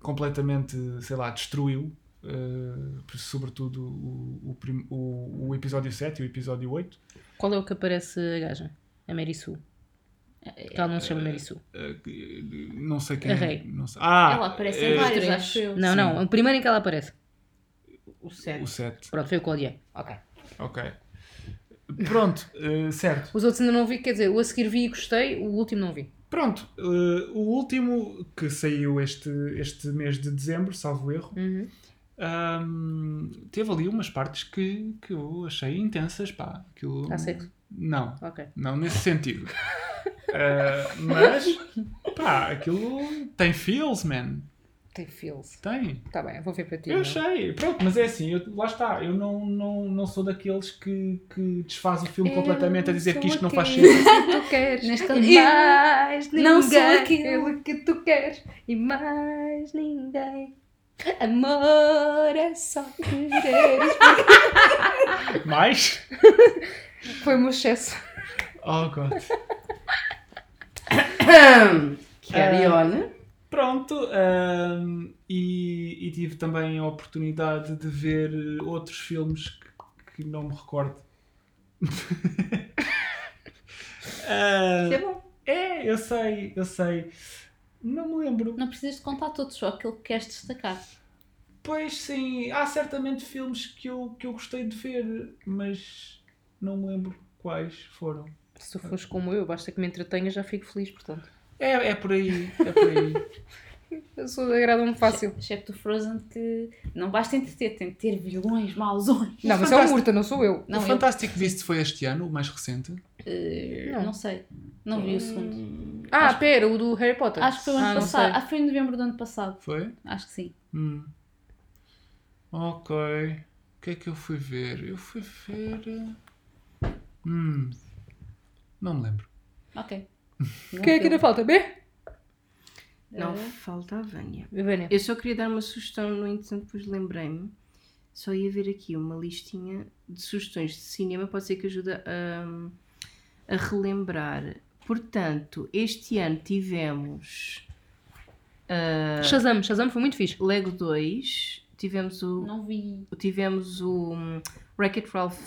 C: completamente, sei lá, destruiu, eh, sobretudo o, o, prim- o- o episódio 7 e o episódio 8.
D: Qual é o que aparece a gaja? A Mary Sue. Que ela não se chama Mary Sue.
C: Eh, que- não sei quem.
D: A Rei.
C: Não sei. Ah!
B: Ela aparece
C: eh,
B: em vários,
A: três.
B: acho eu.
D: Não,
C: Sim.
D: não. O primeiro em que ela aparece.
A: O 7.
C: O 7.
D: Pronto, foi o que eu odiei. Ok.
C: Ok. Pronto, eh, certo.
D: Os outros ainda não vi, quer dizer, o a seguir vi e gostei, o último não vi.
C: Pronto, eh, o último que saiu este, este mês de dezembro, salvo erro,
D: Uhum.
C: ahm, teve ali umas partes que, que eu achei intensas, pá. Que eu...
D: Há sexo.
C: Não,
D: Tá Ok.
C: não nesse sentido. Eh, mas, pá, aquilo tem feels, man.
D: Tem feels.
C: Tem.
D: Tá bem, vou ver para ti.
C: Eu
D: não?
C: achei, pronto, mas é assim, eu- lá está, eu não, não, não sou daqueles que, que desfaz o filme
D: Eu
C: completamente a dizer
D: sou
C: que isto não faz
D: aquele
C: sentido.
D: que tu queres.
B: Neste
D: E
B: lugar.
D: mais
B: não sou
D: ninguém.
B: aquele.
D: Aquilo que tu queres. E mais ninguém. Amor é só querer.
C: Mais?
D: Foi o meu excesso.
C: Oh god.
A: Carry
B: Ah,
A: on.
C: Pronto, ahm, e, e tive também a oportunidade de ver eh, outros filmes que, que não me recordo. Ah,
A: Isso é bom.
C: é, eu sei, eu sei. Não me lembro.
B: Não precisas de contar todos, só aquele que queres destacar.
C: Pois sim, há certamente filmes que eu, que eu gostei de ver, mas não me lembro quais foram.
D: Se tu fores como eu, basta que me entretenhas, já fico feliz, portanto.
C: É, é por aí, é por aí.
D: Eu sou agrada-me fácil.
B: Excepto o Frozen, que não basta entreter, tem de ter vilões, mausões.
D: Não, mas é o
C: Fantástico.
D: Murta, não sou eu.
B: Não,
C: o
B: eu-
C: Fantastic Beast foi este ano, o mais recente.
B: Não. sei. Não vi o segundo.
D: Ah, pera, o do Harry Potter.
B: Acho que foi o ano
D: Ah, não
B: passado.
D: sei.
B: Acho que foi em novembro do ano passado.
C: Foi?
B: Acho que sim.
C: Hum. Ok. O que é que eu fui ver? Eu fui ver. eh, Hum. Não me lembro.
B: Ok.
D: O que é que ainda falta? B?
B: É
A: Não falta a Vânia.
D: Vânia.
A: Eu só queria dar uma sugestão, no entanto, depois lembrei-me. Só ia ver aqui uma listinha de sugestões de cinema, pode ser que ajuda a, a relembrar. Portanto, este ano tivemos
D: Shazam, Shazam foi muito fixe.
A: Lego 2, tivemos o,
B: Não vi.
A: tivemos o hum, Wreck-It Ralph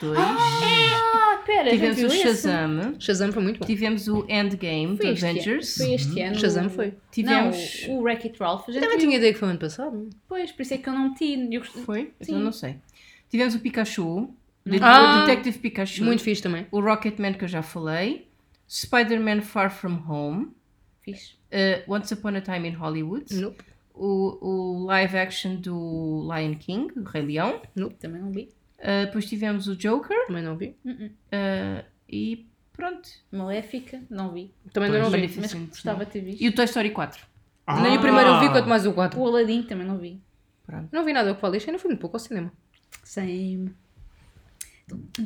A: 2,
B: Ah, pera,
A: tivemos
B: já
A: o
B: viu esse?
A: Shazam,
D: Shazam foi muito bom.
A: tivemos o Endgame,
B: Foi
A: The
B: este
A: Avengers, Uhum.
B: Foi este ano.
D: Shazam foi.
A: Hum, tivemos...
B: Não, o Wreck-It Ralph. Já
D: Também
B: tive
D: tinha ideia que foi o ano passado.
B: depois, por isso é que eu não meti. Eu gost-
A: Foi?
B: Sim.
A: Eu não sei. Tivemos o Pikachu, o
D: Ah!
A: Detective Pikachu.
D: Muito fixe também.
A: o Rocketman que eu já falei, Spider-Man Far From Home,
B: Fixe.
A: eh, Once Upon a Time in Hollywood,
D: Nope.
A: o, o live action do Lion King, o Rei Leão,
B: Também não vi.
A: eh, depois tivemos o Joker
D: Também não vi.
A: eh, e pronto.
B: Maléfica, não vi.
D: Também ainda não
A: Pois.
D: vi.
A: Sim,
B: Mas
A: sim.
B: gostava de ter visto.
A: E o Toy Story 4.
C: Ah!
D: Nem o primeiro eu vi, quanto mais o
B: O
D: 4.
B: Aladdin também não vi.
A: Pronto.
D: Não vi nada que falei, ainda fui muito pouco ao cinema.
B: Sem.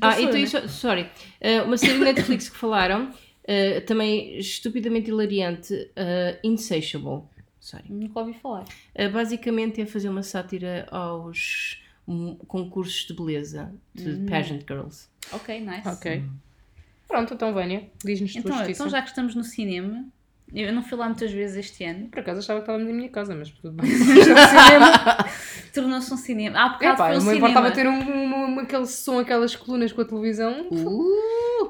A: Ah, então,
D: né?
A: isso, sorry. Eh, uma série Netflix que falaram, eh, também estupidamente hilariante, eh, Insatiable. Sorry.
B: Nunca ouvi falar.
A: Uh, basicamente é fazer uma sátira aos hum, concursos de beleza de
B: Uhum.
A: pageant girls.
B: Ok, nice.
D: Ok. Pronto, então Vânia, diz-nos tua
B: Então, olha,
D: justiça.
B: então já que estamos no cinema, eu não fui lá muitas vezes este ano,
D: Por acaso achava que estávamos em minha casa, mas tudo bem. cinema.
B: tornou-se um cinema. Ah, porque
D: Epá,
B: foi um
D: não me
B: cinema.
D: importava ter um, um- um- aquele som, aquelas colunas com a televisão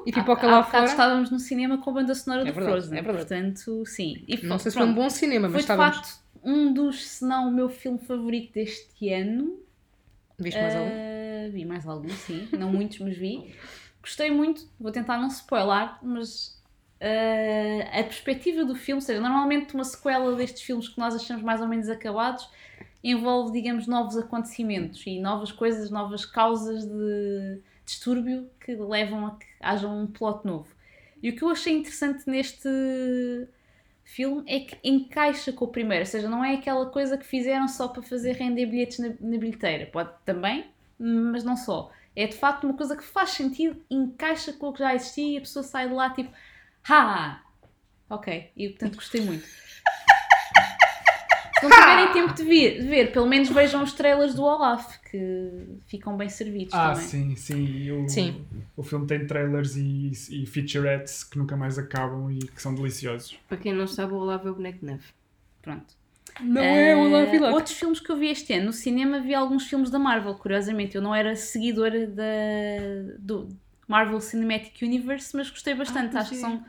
D: e pipoca
B: Uh, Há-
D: um lá
B: há bocado
D: fora.
B: estávamos no cinema com a banda sonora
D: É
B: do
D: verdade,
B: Frozen.
D: é verdade.
B: Portanto, sim. E
D: Não sei se foi um
B: pronto,
D: bom cinema, mas
B: foi de
D: estávamos.
B: facto um dos, se não o meu filme favorito deste ano.
D: Viste mais algum?
B: Ah, vi mais algum, sim. Não muitos, mas vi. Gostei muito. Vou tentar não spoiler, mas ah, a perspectiva do filme, ou seja, normalmente uma sequela destes filmes que nós achamos mais ou menos acabados, envolve, digamos, novos acontecimentos e novas coisas, novas causas de distúrbio que levam a que haja um plot novo. E o que eu achei interessante neste filme é que encaixa com o primeiro, ou seja, não é aquela coisa que fizeram só para fazer render bilhetes na, na bilheteira. Pode também, mas não só. É de facto uma coisa que faz sentido, encaixa com o que já existia e a pessoa sai de lá tipo, ha! Ok, e portanto gostei muito. Se não tiverem tempo de ver, de ver, pelo menos vejam os trailers do Olaf, que ficam bem servidos
C: Ah,
B: também.
C: sim, sim. e O,
D: Sim.
C: O filme tem trailers e, e featurettes que nunca mais acabam e que são deliciosos.
A: Para quem não sabe, o Olavo é o boneco de neve.
B: Pronto.
D: Não
B: Eh,
D: é o Olaf Vilac.
B: Outros filmes que eu vi este ano, no cinema vi alguns filmes da Marvel, curiosamente. Eu não era seguidora da, do Marvel Cinematic Universe, mas gostei bastante.
A: Ah,
B: acho, que
A: pois é.
B: são,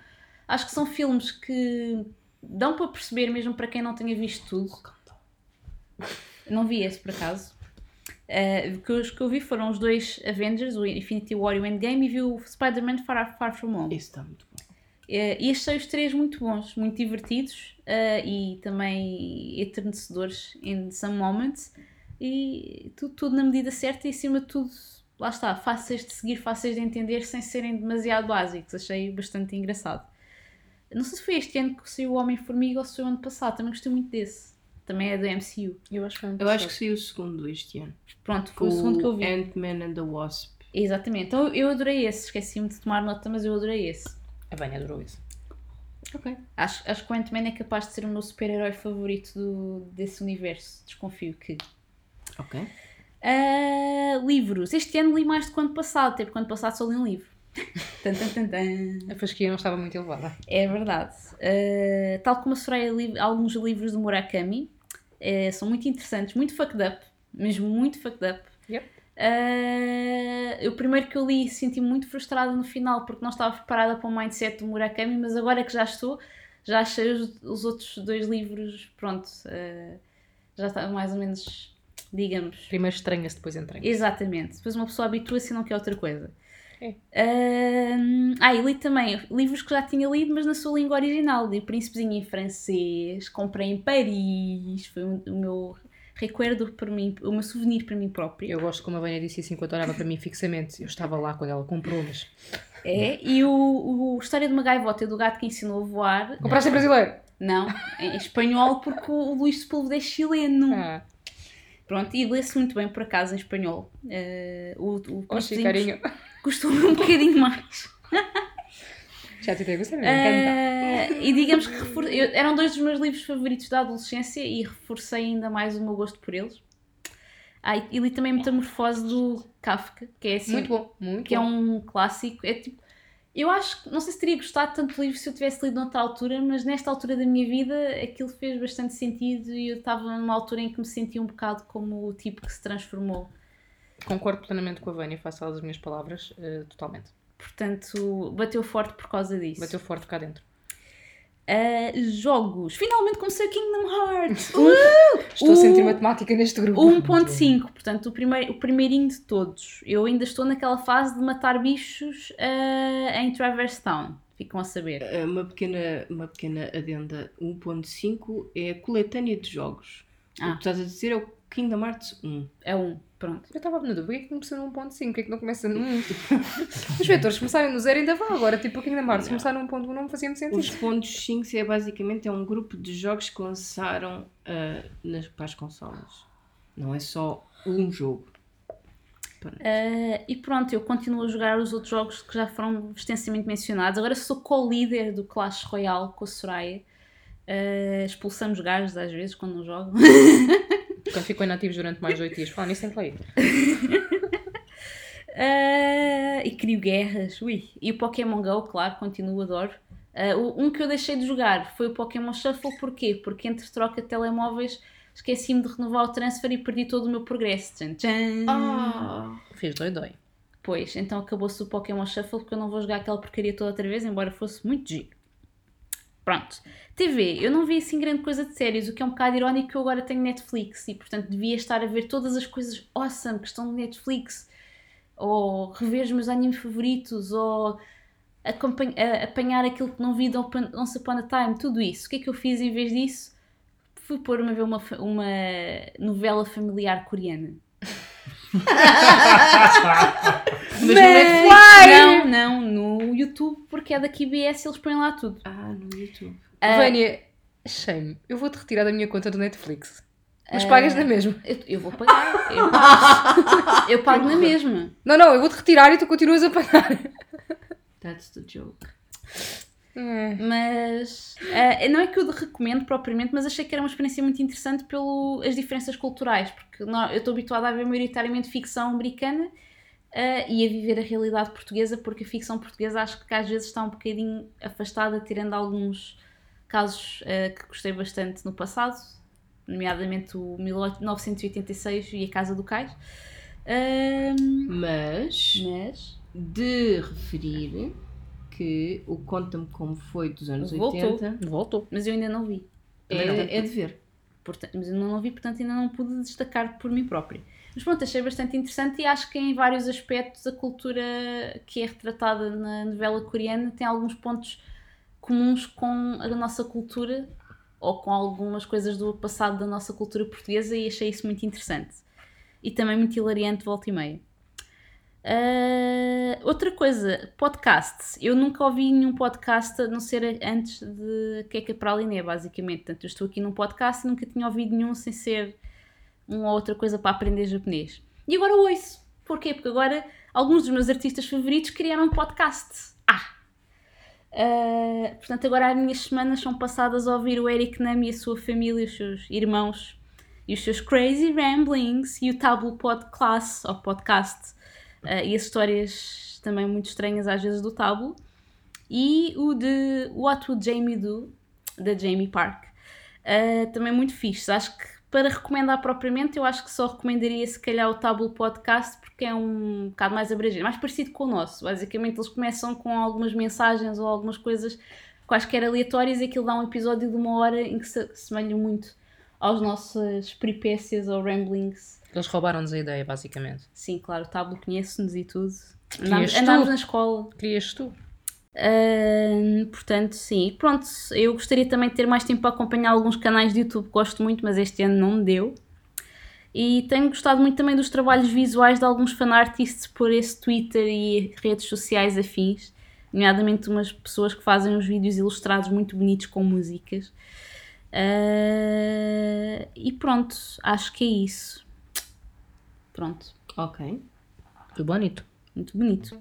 B: acho que são filmes que dão para perceber, mesmo para quem não tenha visto tudo. Não vi esse, por acaso. Eh, que os que eu vi foram os dois Avengers, o Infinity War e o Endgame, e vi o Spider-Man Far, Far From Home.
A: Isso está muito bom.
B: Eh, E achei os três muito bons, muito divertidos eh, e também enternecedores in some moments. E tudo, tudo na medida certa e, acima de tudo, lá está, fáceis de seguir, fáceis de entender sem serem demasiado básicos. Achei bastante engraçado. Não sei se foi este ano que saiu o Homem-Formiga ou se foi o ano passado, também gostei muito desse. Também é do MCU.
D: Eu acho que foi um
A: Eu acho que saiu o segundo este ano.
B: Pronto, foi o segundo que eu vi.
A: Ant-Man and the Wasp.
B: Exatamente. Então eu adorei esse, esqueci-me de tomar nota, mas eu adorei esse.
D: A Vânia adorou isso.
A: Ok.
B: Acho, acho que o Ant-Man é capaz de ser o meu super-herói favorito do- desse universo. Desconfio que.
A: Ok.
B: Ah, livros. Este ano li mais do que o ano passado, até porque o ano passado só li um livro. Tan, tan, tan, tan.
D: A fasquia não estava muito elevada.
B: É verdade. Ah, tal como a Soraya, li alguns livros do Murakami eh, são muito interessantes, muito fucked up, mesmo muito fucked up.
D: Yep.
B: Ah, o primeiro que eu li senti-me muito frustrada no final porque não estava preparada para o mindset do Murakami, mas agora que já estou, já achei os, os outros dois livros, pronto, ah, já está mais ou menos, digamos,
D: Primeiro estranha-se, depois entranha.
B: Exatamente. Depois uma pessoa habitua-se e não quer outra coisa.
D: É.
B: Ahn, ah, e li também livros que já tinha lido, mas na sua língua original. Li Príncipezinho em francês, comprei em Paris, foi um- o meu recuerdo para mim, o meu souvenir para mim próprio.
D: Eu gosto como a Vânia disse assim, isso enquanto olhava para mim fixamente. Eu estava lá quando ela comprou, mas.
B: É, e o, o História de uma Gaivota e do Gato que Ensinou a Voar,
D: Compraste em brasileiro!
B: não, em espanhol, porque o Luís Sepúlveda é chileno.
D: Ah,
B: Pronto, e lê-se muito bem, por acaso, em espanhol. Ah, o o
D: oxi,
B: Príncipezinho
D: carinho.
B: custou-me um bocadinho mais.
D: Já te tenho gostado, me encanta.
B: Ah, e digamos que refor- eu- eram dois dos meus livros favoritos da adolescência e reforcei ainda mais o meu gosto por eles. Ah, e e li também Metamorfose do Kafka, que é assim,
D: Muito bom, muito
B: que é
D: bom.
B: um clássico. É tipo, eu acho que não sei se teria gostado tanto do livro se eu tivesse lido noutra altura, mas nesta altura da minha vida aquilo fez bastante sentido e eu estava numa altura em que me sentia um bocado como o tipo que se transformou.
D: um Concordo plenamente com a Vânia, faço elas as minhas palavras eh, totalmente.
B: Portanto, bateu forte por causa disso.
D: Bateu forte cá dentro.
B: Ah, jogos. Finalmente comecei o Kingdom Hearts!
D: Uh! Estou a sentir
B: O-
D: matemática neste grupo.
B: 1.5, portanto, o, primeiro, o primeirinho de todos. Eu ainda estou naquela fase de matar bichos ah, eh, em Traverse Town. Ficam a saber.
A: Eh, Uma pequena, uma pequena adenda. 1.5 é a coletânea de jogos. O
B: Ah.
A: que tu estás a dizer é o Kingdom Hearts 1.
B: É um, pronto.
D: Eu estava na dúvida, porquê é que começou no 1.5? Porquê é que não começa no 1? Os vetores começarem no 0 ainda vá agora, tipo aqui na Marte, se começar no 1.1 não fazia sentido.
A: Os pontos 5 é basicamente é um grupo de jogos que lançaram ah, nas, para as consolas. Não é só um jogo. Pronto.
B: Eh, e pronto, eu continuo a jogar os outros jogos que já foram extensamente mencionados. Agora sou co-líder do Clash Royale com a Soraya. Eh, expulsamos gajos às vezes quando não jogam.
D: Quando ficou inativos durante mais 8 dias, falam nisso tem que lá ir.
B: Ah, e crio guerras, ui. E o Pokémon Go, claro, continuo, adoro. Ah, o- um que eu deixei de jogar foi o Pokémon Shuffle, porquê? Porque entre troca de telemóveis esqueci-me de renovar o transfer e perdi todo o meu progresso. Tchan, tchan.
D: Fiz dói dói.
B: Pois, então acabou-se o Pokémon Shuffle porque eu não vou jogar aquela porcaria toda outra vez, embora fosse muito giro. Pronto. TV, eu não vi assim grande coisa de séries, o que é um bocado irónico que eu agora tenho Netflix e, portanto, devia estar a ver todas as coisas awesome que estão no Netflix, ou rever os meus animes favoritos, ou acompan- a- apanhar aquilo que não vi de Open- Once Upon a Time, tudo isso. O que é que eu fiz em vez disso? Fui pôr-me a ver uma, fa- uma novela familiar coreana.
A: Mas não é Netflix.
B: Não, não, no YouTube, porque é da KBS, eles põem lá tudo.
A: Ah, no YouTube.
D: Vânia, shame, eu vou-te retirar da minha conta do Netflix. Mas pagas na mesma.
B: Eu, eu vou pagar. Eu, eu pago na mesma.
D: Não, não, eu vou-te retirar e tu continuas a pagar.
A: That's the joke.
D: É.
B: Mas ah, não é que eu de- recomendo propriamente, mas achei que era uma experiência muito interessante pelas diferenças culturais, porque nó- eu estou habituada a ver maioritariamente ficção americana ah, e a viver a realidade portuguesa, porque a ficção portuguesa acho que às vezes está um bocadinho afastada, tirando alguns casos ah, que gostei bastante no passado, nomeadamente o 1986 e a Casa do Cais. Ehm, Ahm,
A: Mas
B: mas
A: de referir que o Conta-me Como Foi dos anos
B: Voltou.
A: 80
D: Voltou.
B: mas eu ainda não vi. Também não.
A: é, é de ver.
B: Porta- mas eu não a vi, portanto ainda não pude destacar por mim própria. Mas pronto, achei bastante interessante e acho que em vários aspectos a cultura que é retratada na novela coreana tem alguns pontos comuns com a nossa cultura ou com algumas coisas do passado da nossa cultura portuguesa e achei isso muito interessante. E também muito hilariante, volta e meia. Ah, outra coisa, podcasts. Eu nunca ouvi nenhum podcast a não ser antes de que é que é para a Liné, basicamente. Portanto, eu estou aqui num podcast e nunca tinha ouvido nenhum sem ser uma ou outra coisa para aprender japonês. E agora ouço. Porquê? Porque agora alguns dos meus artistas favoritos criaram um podcast. Ah! Ah, portanto, agora as minhas semanas são passadas a ouvir o Eric Nam e a sua família, os seus irmãos e os seus crazy ramblings e o Tablo Podcast, ou podcast, ah, e as histórias também muito estranhas às vezes do Tablo. E o de What Would Jamie Do, da Jamie Park. Ah, também muito fixe. Acho que para recomendar propriamente, eu acho que só recomendaria se calhar o Tablo Podcast, porque é um bocado mais abrangente, mais parecido com o nosso. Basicamente, eles começam com algumas mensagens ou algumas coisas quaisquer aleatórias e aquilo dá um episódio de uma hora em que se assemelha muito aos nossas peripécias ou ramblings.
D: Eles roubaram-nos a ideia, basicamente.
B: Sim, claro, o Tablo conhece-nos e tudo.
D: Conheces
B: Andámos,
D: tu.
B: andámos na escola.
D: Querias tu?
B: Ahn, portanto, sim. Pronto, eu gostaria também de ter mais tempo para acompanhar alguns canais de YouTube que gosto muito, mas este ano não me deu. E tenho gostado muito também dos trabalhos visuais de alguns fanartists por esse Twitter e redes sociais afins, nomeadamente umas pessoas que fazem uns vídeos ilustrados muito bonitos com músicas. Ah, e pronto, acho que é isso. Pronto,
A: Ok.
D: Que bonito.
B: muito bonito.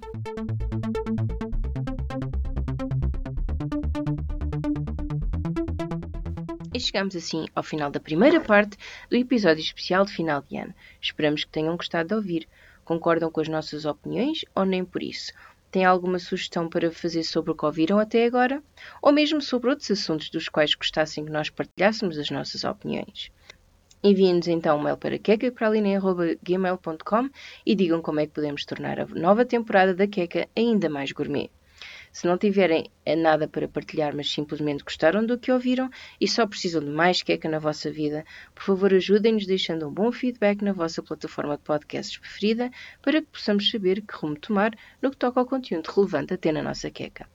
F: E chegamos assim ao final da primeira parte do episódio especial de final de ano. Esperamos que tenham gostado de ouvir. Concordam com as nossas opiniões ou nem por isso? Têm alguma sugestão para fazer sobre o que ouviram até agora? Ou mesmo sobre outros assuntos dos quais gostassem que nós partilhássemos as nossas opiniões? Enviem-nos então um mail para quecapraline.gmail.com e digam como é que podemos tornar a nova temporada da Queca ainda mais gourmet. Se não tiverem eh, nada para partilhar, mas simplesmente gostaram do que ouviram e só precisam de mais queca na vossa vida, por favor ajudem-nos deixando um bom feedback na vossa plataforma de podcasts preferida para que possamos saber que rumo tomar no que toca ao conteúdo relevante até na nossa queca.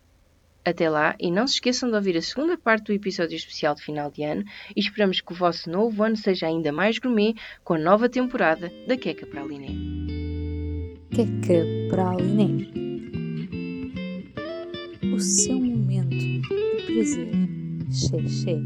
F: Até lá e não se esqueçam de ouvir a segunda parte do episódio especial de final de ano e esperamos que o vosso novo ano seja ainda mais gourmet com a nova temporada da Queca para a Liné.
E: Queca para Aliné. O seu momento de prazer. Xé, xé.